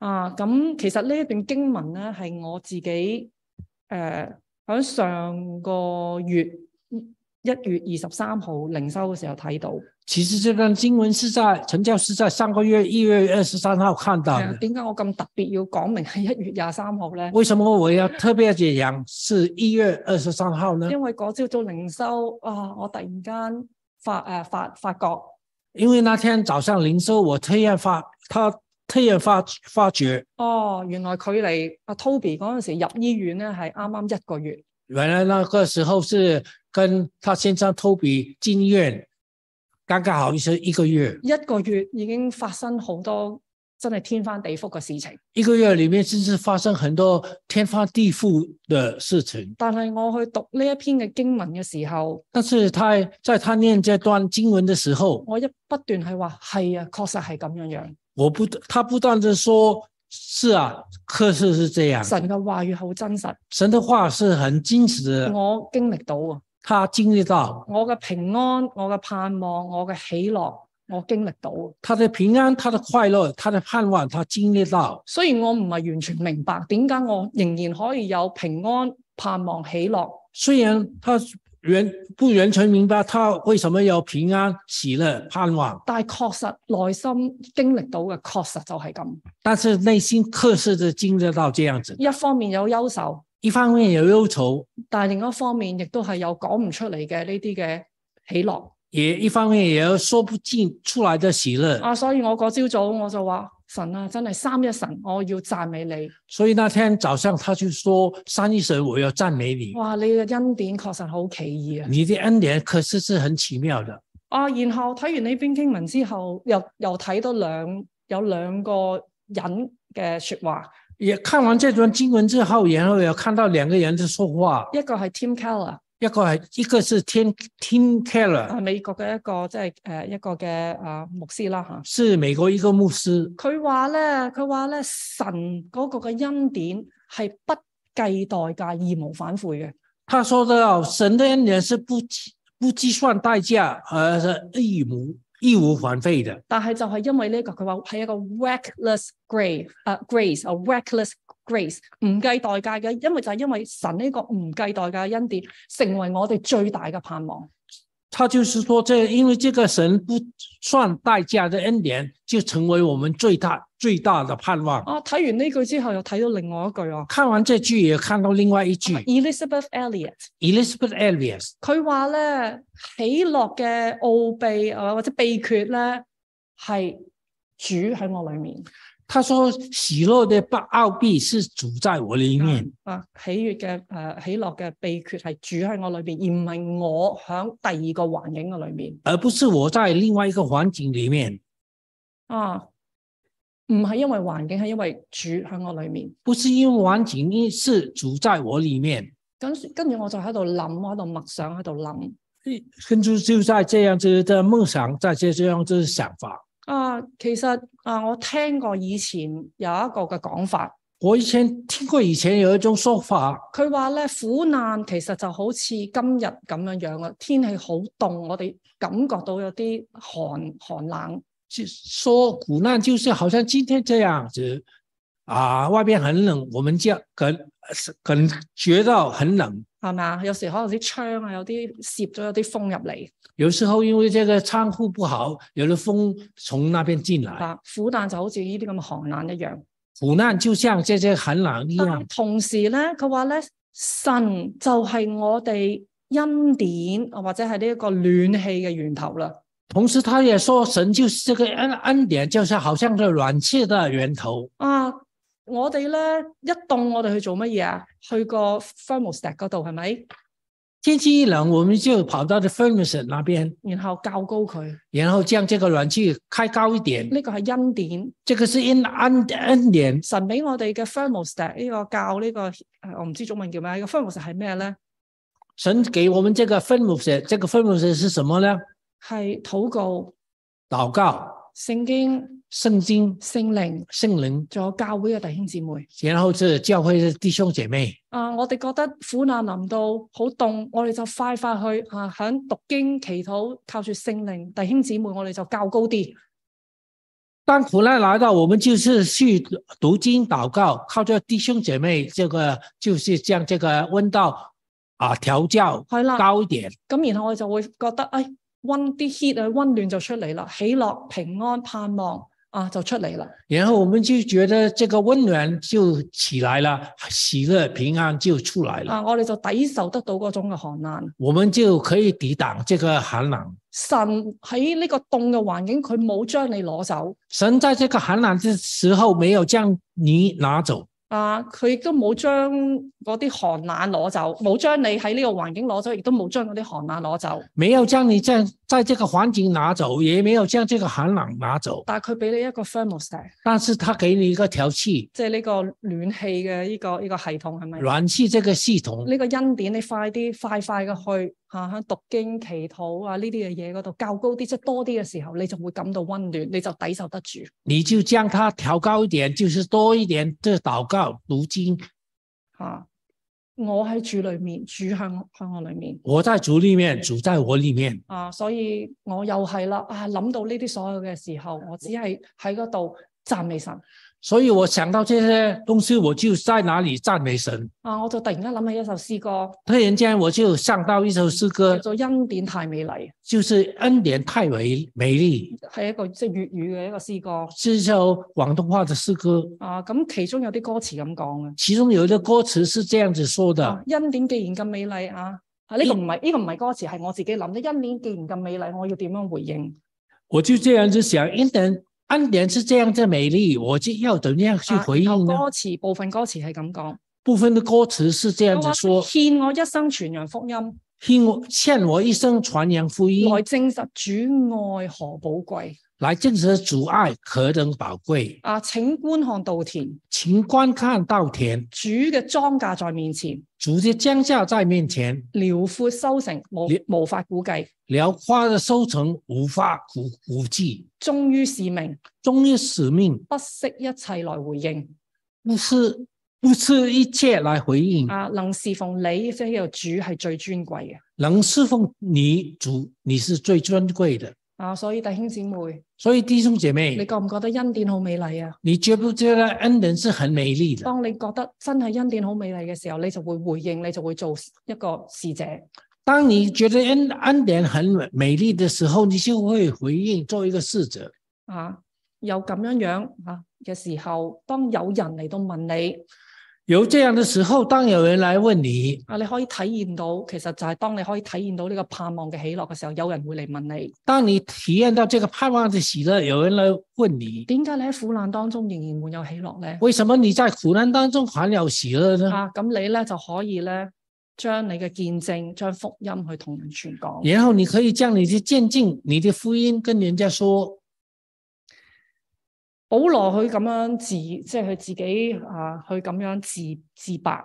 [SPEAKER 3] 啊，咁其實呢一段經文咧，係我自己誒喺、上個月一月二十三號靈修嘅時候睇到，
[SPEAKER 2] 其实这段经文是在陈教师在上个月一月二十三号看到
[SPEAKER 3] 係啊
[SPEAKER 2] 的。
[SPEAKER 3] 點解我咁特別要講明係一月廿三號咧？
[SPEAKER 2] 为什么我要特别地讲是一月二十三号呢？
[SPEAKER 3] 因為嗰朝早靈修啊，我突然呃間發誒、發發覺
[SPEAKER 2] 因为那天早上零售，我特意发他特意发发觉，
[SPEAKER 3] 哦，原來距離阿 Toby 嗰陣時入醫院咧係啱啱一個月。
[SPEAKER 2] 原来那个时候是跟他先生 Toby 进院，刚刚好是一个月，
[SPEAKER 3] 一個月已經發生好多真係天翻地覆嘅事情，
[SPEAKER 2] 一个月里面甚至发生很多天翻地覆的事情。
[SPEAKER 3] 但係我去讀呢一篇嘅經文嘅時候，
[SPEAKER 2] 但是他在他念这段经文的时候，
[SPEAKER 3] 我一不斷係話係啊，確實係咁樣樣。
[SPEAKER 2] 我不他不断的说，是啊，可是是这样，
[SPEAKER 3] 神嘅話語好真實，
[SPEAKER 2] 神的话是很真实的，
[SPEAKER 3] 我經歷到啊，
[SPEAKER 2] 他经历到
[SPEAKER 3] 我嘅平安，我嘅盼望，我嘅喜樂，我經歷到。啊
[SPEAKER 2] 他的平安，他的快乐，他的盼望，他经历到。
[SPEAKER 3] 雖然我唔係完全明白點解我仍然可以有平安、盼望、喜樂，
[SPEAKER 2] 虽然他原不完全明白他为什么要平安、喜乐、盼望，
[SPEAKER 3] 但係確實內心經歷到嘅確實就係咁。
[SPEAKER 2] 但是内心克制的经历到这样子，
[SPEAKER 3] 一方面有憂愁。
[SPEAKER 2] 一方面有忧愁，
[SPEAKER 3] 但係另一方面，亦都係有講唔出嚟嘅呢啲嘅喜樂
[SPEAKER 2] 也一方面也有说不尽出来的喜乐。
[SPEAKER 3] 啊！所以我嗰朝早我就話：神啊，真係三一神，我要讚美你！
[SPEAKER 2] 所以那天早上他就说：“三一神，我要赞美你，
[SPEAKER 3] 哇，你嘅恩典確實好奇異啊！
[SPEAKER 2] 你的恩典可是是很奇妙的。
[SPEAKER 3] 啊，然後睇完呢篇經文之後，又又睇到兩有兩個人嘅説話，”
[SPEAKER 2] 也看完这段经文之后，然后也看到两个人在说话，
[SPEAKER 3] 一個係 Tim Keller
[SPEAKER 2] 一个系一个是 Tim Tim Keller，
[SPEAKER 3] 啊，美國嘅一個即係誒一個嘅啊牧師啦嚇。
[SPEAKER 2] 是美国一个牧师，
[SPEAKER 3] 佢話咧，佢話咧，神嗰個嘅恩典係不計代價、義無反悔嘅。
[SPEAKER 2] 他说到神的恩典是不计不计算代价，而是义无义无反费的。
[SPEAKER 3] 但係就係因為呢、個，佢話係一個 reckless grace，啊 grace 啊 reckless grace，唔計代價嘅，因為就係因為神呢個唔計代價嘅恩典，成為我哋最大嘅盼望。
[SPEAKER 2] 他就是说这，因为这个神不算代价的恩典，就成为我们最大最大的盼望。
[SPEAKER 3] 啊，睇完呢句之後，又睇到另外一句啊
[SPEAKER 2] 看完这句，也看到另外一句
[SPEAKER 3] ，Elizabeth Elliot，
[SPEAKER 2] ，Elizabeth Elias，
[SPEAKER 3] 佢話咧喜樂嘅奧秘啊或者秘訣咧係主喺我裡面，
[SPEAKER 2] 他说喜乐的奥秘是主在我里面，
[SPEAKER 3] 啊喜悅嘅誒、呃喜樂嘅秘訣係主喺我裏邊，而唔係我喺第二個環境嘅裏面。
[SPEAKER 2] 而不是我在另外一个环境里面。
[SPEAKER 3] 啊，唔係因為環境，係因為主喺我裏面。
[SPEAKER 2] 不是因为环境，因是主在我里面。
[SPEAKER 3] 咁跟住我就喺度諗，我喺度默想，喺度諗
[SPEAKER 2] 跟住就在这样子的梦想，在这这样子的想法。
[SPEAKER 3] 啊，其實啊，我聽過以前有一個嘅講法，
[SPEAKER 2] 我以前听过，以前有一种说法，
[SPEAKER 3] 佢話咧苦難其實就好似今日咁樣樣啊，天氣好凍，我哋感覺到有啲寒寒冷。
[SPEAKER 2] 就说苦难就是好像今天这样子啊，外边很冷，我们就感感觉到很冷。
[SPEAKER 3] 係咪啊？有時可能啲窗啊，有啲攝咗有啲風入嚟
[SPEAKER 2] 有时候因为这个窗户不好，有的风从那边进来，
[SPEAKER 3] 啊。苦難就好似呢啲咁嘅寒冷一樣。
[SPEAKER 2] 苦难就像这些寒冷一
[SPEAKER 3] 但
[SPEAKER 2] 样
[SPEAKER 3] 係。同時咧，佢話咧，神就係我哋恩典或者係呢一個暖氣嘅源頭啦。
[SPEAKER 2] 同时，他也说神就是这个恩恩典，就是好像这软气的源头。
[SPEAKER 3] 啊，我哋咧一凍，我哋去做乜嘢啊？去個 thermostat 嗰度係咪？
[SPEAKER 2] 天气一冷，我们就跑到这 f e r m e s 那边，
[SPEAKER 3] 然後較高佢，
[SPEAKER 2] 然后将这个暖气开高一点。
[SPEAKER 3] 呢個係恩典。
[SPEAKER 2] 这个是因恩恩典，
[SPEAKER 3] 神俾我哋嘅 thermostat 呢個較呢、個，呃我唔知中文叫咩，呢個 thermostat 係咩咧？
[SPEAKER 2] 神给我们这个 f e r m e s 这个 f e r m e s 是什么呢？
[SPEAKER 3] 係禱告、
[SPEAKER 2] 祷告、
[SPEAKER 3] 聖經、
[SPEAKER 2] 圣经、
[SPEAKER 3] 聖靈，
[SPEAKER 2] 圣灵，
[SPEAKER 3] 仲有教會嘅弟兄姊妹。
[SPEAKER 2] 然后是教会的弟兄姐妹。
[SPEAKER 3] 啊，我哋覺得苦難臨到好凍，我哋就快快去啊，響讀經祈禱，靠住聖靈，弟兄姊妹，我哋就較高啲
[SPEAKER 2] 当苦难来到，我们就是去读经、祷告，靠着弟兄姐妹，这个就是将这个温度啊调教
[SPEAKER 3] 係啦。
[SPEAKER 2] 高一点。
[SPEAKER 3] 咁然後我哋就會覺得，哎，温啲 heat 啊，温暖就出嚟啦，喜樂、平安、盼望啊，就出嚟啦。
[SPEAKER 2] 然后我们就觉得这个温暖就起来了，喜乐平安就出来了，
[SPEAKER 3] 啊，我哋就抵受得到嗰種嘅寒冷。
[SPEAKER 2] 我们就可以抵挡这个寒冷。
[SPEAKER 3] 神喺呢個凍嘅環境，佢冇將你攞走
[SPEAKER 2] 神在这个寒冷的时候没有将你拿走，
[SPEAKER 3] 啊，佢亦都冇將嗰啲寒冷攞走，冇將你喺呢個環境攞走，亦都冇將嗰啲寒冷攞走。
[SPEAKER 2] 没有将你在在这个环境拿走，也没有将这个寒冷拿走，
[SPEAKER 3] 但係佢俾你一個 thermostat，
[SPEAKER 2] 但是他给你一个调气
[SPEAKER 3] 即係呢個暖氣嘅呢個呢個系統係咪？呢、
[SPEAKER 2] 暖气这个系统。
[SPEAKER 3] 個恩典你快啲快快嘅去啊嚇喺、讀經祈禱啊呢啲嘅嘢嗰度較高啲，即係多啲嘅時候，你就會感到温暖，你就抵受得住。
[SPEAKER 2] 你就将它调高一点，就是多一点的祷告、读经。
[SPEAKER 3] 嚇、我喺主裏面，主向向我裏面
[SPEAKER 2] 我在主里面，主在我里面。
[SPEAKER 3] 啊，所以我又係啦啊，諗到呢啲所有嘅時候，我只係喺嗰度讚美神
[SPEAKER 2] 所以我想到这些东西，我就在哪里赞美神。
[SPEAKER 3] 啊，我就突然間諗起一首詩歌，
[SPEAKER 2] 突然间，我就想到一首诗
[SPEAKER 3] 叫
[SPEAKER 2] 歌，
[SPEAKER 3] 做《恩典太美麗
[SPEAKER 2] 就是《恩典太美美丽》》，
[SPEAKER 3] 係一個即係粵語嘅一個詩歌。
[SPEAKER 2] 是一首广东话的诗歌。
[SPEAKER 3] 啊，咁其中有啲歌詞咁講嘅
[SPEAKER 2] 其中有一个歌词是这样子说
[SPEAKER 3] 啊
[SPEAKER 2] 的，
[SPEAKER 3] 恩典既然咁美麗啊，啊呢、個唔係呢個唔係歌詞，係我自己諗嘅。恩典既然咁美麗，我要點樣回應？
[SPEAKER 2] 我就这样子想，恩典恩典是这样的美丽，我就要怎样去
[SPEAKER 3] 啊
[SPEAKER 2] 回
[SPEAKER 3] 然後
[SPEAKER 2] 应呢？
[SPEAKER 3] 歌詞部分歌詞係咁講，
[SPEAKER 2] 部分的歌词是这样
[SPEAKER 3] 我
[SPEAKER 2] 子
[SPEAKER 3] 話
[SPEAKER 2] 说：
[SPEAKER 3] 獻我一生傳揚福音，
[SPEAKER 2] 听我欠我一生传扬福音，
[SPEAKER 3] 來證實主愛何寶貴
[SPEAKER 2] 来证实阻碍何等宝贵。
[SPEAKER 3] 啊！請觀看稻田，
[SPEAKER 2] 请观看稻田，
[SPEAKER 3] 主嘅莊稼在面前，
[SPEAKER 2] 主的降价在面前，
[SPEAKER 3] 遼闊收成，無
[SPEAKER 2] 你
[SPEAKER 3] 無法估計，
[SPEAKER 2] 辽阔的收成无法估估计，
[SPEAKER 3] 忠於使命，
[SPEAKER 2] 忠于使命，
[SPEAKER 3] 不惜一切來回應
[SPEAKER 2] 不是不是一切来回应，
[SPEAKER 3] 啊！能侍奉你，即係主係最尊貴嘅
[SPEAKER 2] 能侍奉你主，你是最尊贵的。
[SPEAKER 3] 啊！所以弟兄姊妹。
[SPEAKER 2] 所以弟兄姐
[SPEAKER 3] 你
[SPEAKER 2] 妹，
[SPEAKER 3] 覺唔覺得恩典好美麗啊？
[SPEAKER 2] 你觉不觉得恩人是很美丽的？
[SPEAKER 3] 當你覺得真係恩典好美麗嘅時候，你就會回應，你就會做一個使者。
[SPEAKER 2] 当你觉得恩恩典很美丽的时候，你就会回应做一个侍者。
[SPEAKER 3] 啊！有咁樣樣啊嘅時候，當有人嚟到問你
[SPEAKER 2] 有这样的时候，当有人来问你，
[SPEAKER 3] 啊，你可以體驗到，其實就係當你可以體驗到呢個盼望嘅喜樂嘅時候，有人會嚟問你
[SPEAKER 2] 当你体验到这个盼望的喜乐，有人来问你，
[SPEAKER 3] 點解你喺苦難當中仍然滿有喜樂咧？
[SPEAKER 2] 为什么你在苦难当中还有喜乐呢？
[SPEAKER 3] 啊，咁你咧就可以咧將你嘅見證、將福音去同人傳講。
[SPEAKER 2] 然后你可以将你的见证、你的福音跟人家说。
[SPEAKER 3] 保羅佢咁樣自，即係佢自己啊，佢咁樣自自白，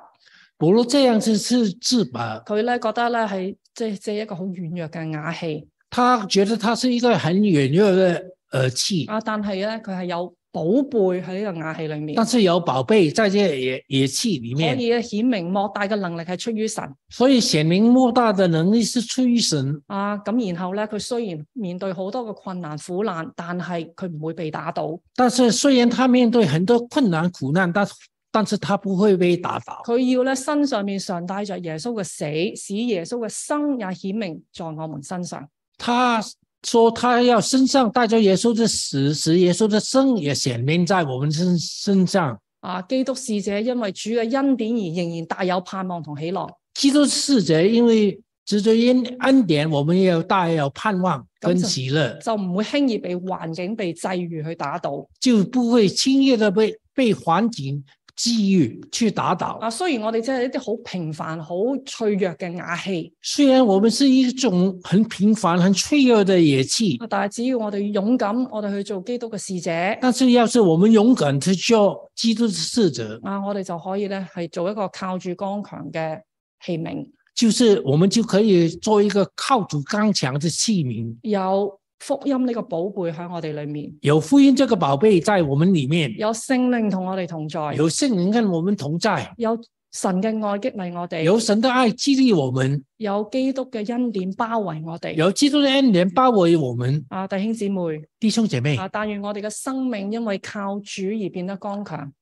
[SPEAKER 2] 保罗这样子是自把，
[SPEAKER 3] 佢咧覺得咧係即係即係一個好軟弱嘅瓦器
[SPEAKER 2] 他觉得他是一个很软弱的耳器，
[SPEAKER 3] 啊，但係咧佢係有寶貝喺呢個瓦器裏面
[SPEAKER 2] 但，是有宝贝在這野野器里
[SPEAKER 3] 可
[SPEAKER 2] 面，
[SPEAKER 3] 以顯明莫大嘅能力係出於神
[SPEAKER 2] 所以显明莫大的能力是出于神。
[SPEAKER 3] 啊。咁然後咧，佢雖然面對好多嘅困難苦難，但係佢唔會被打倒，
[SPEAKER 2] 但是虽然他面对很多困难苦难，但但是他不会被打倒。
[SPEAKER 3] 佢要咧身上面常帶着耶穌嘅死，使耶穌嘅生也顯明在我們身上。
[SPEAKER 2] 他说他要身上带着耶稣的死，使耶稣的生也显明在我们身身上。
[SPEAKER 3] 啊！基督使者因為主嘅恩典而仍然大有盼望同喜樂。
[SPEAKER 2] 基督使者因为执着因恩典，我们也有大有盼望跟喜乐，
[SPEAKER 3] 就唔會輕易被環境、被際遇去打倒。
[SPEAKER 2] 就不会轻易的被被环境际遇去打倒。
[SPEAKER 3] 啊，雖然我哋真係一啲好平凡、好脆弱嘅瓦器，
[SPEAKER 2] 虽然我们是一种很平凡、很脆弱的野气，
[SPEAKER 3] 啊但係只要我哋勇敢，我哋去做基督嘅使者，
[SPEAKER 2] 但是要是我们勇敢去做基督的使者，
[SPEAKER 3] 啊，我哋就可以咧係做一個靠住剛強嘅器皿，
[SPEAKER 2] 就是我们就可以做一个靠主刚强的器皿。
[SPEAKER 3] 有福音呢個寶貝喺我哋裏面，
[SPEAKER 2] 有福音这个宝贝在我们里面，
[SPEAKER 3] 有聖靈同我哋同在，
[SPEAKER 2] 有圣灵跟我们同在，
[SPEAKER 3] 有神嘅愛激勵我哋，
[SPEAKER 2] 有神的爱激励我们，
[SPEAKER 3] 有基督嘅恩典包圍我哋。
[SPEAKER 2] 有基督的恩典包围我们。
[SPEAKER 3] 啊，弟兄姊妹，
[SPEAKER 2] 弟兄姐妹，
[SPEAKER 3] 啊，但願我哋嘅生命因為靠主而變得剛強。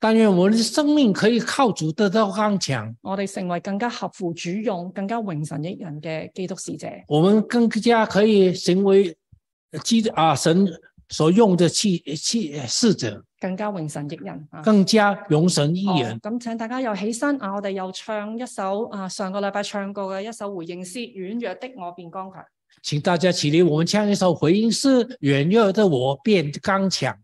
[SPEAKER 2] 但愿我们的生命可以靠主得到刚强，
[SPEAKER 3] 我哋成為更加合乎主用、更加榮神益人嘅基督使者。
[SPEAKER 2] 我们更加可以成为基督啊神所用的器器使者，
[SPEAKER 3] 更加榮神益人啊！
[SPEAKER 2] 更加容神益
[SPEAKER 3] 哦
[SPEAKER 2] 人。
[SPEAKER 3] 咁、請大家又起身啊！我哋又唱一首啊，上個禮拜唱過嘅一首回應詩《軟弱的我變剛強》。
[SPEAKER 2] 请大家起立，我们唱一首回应诗：软弱的我变刚强。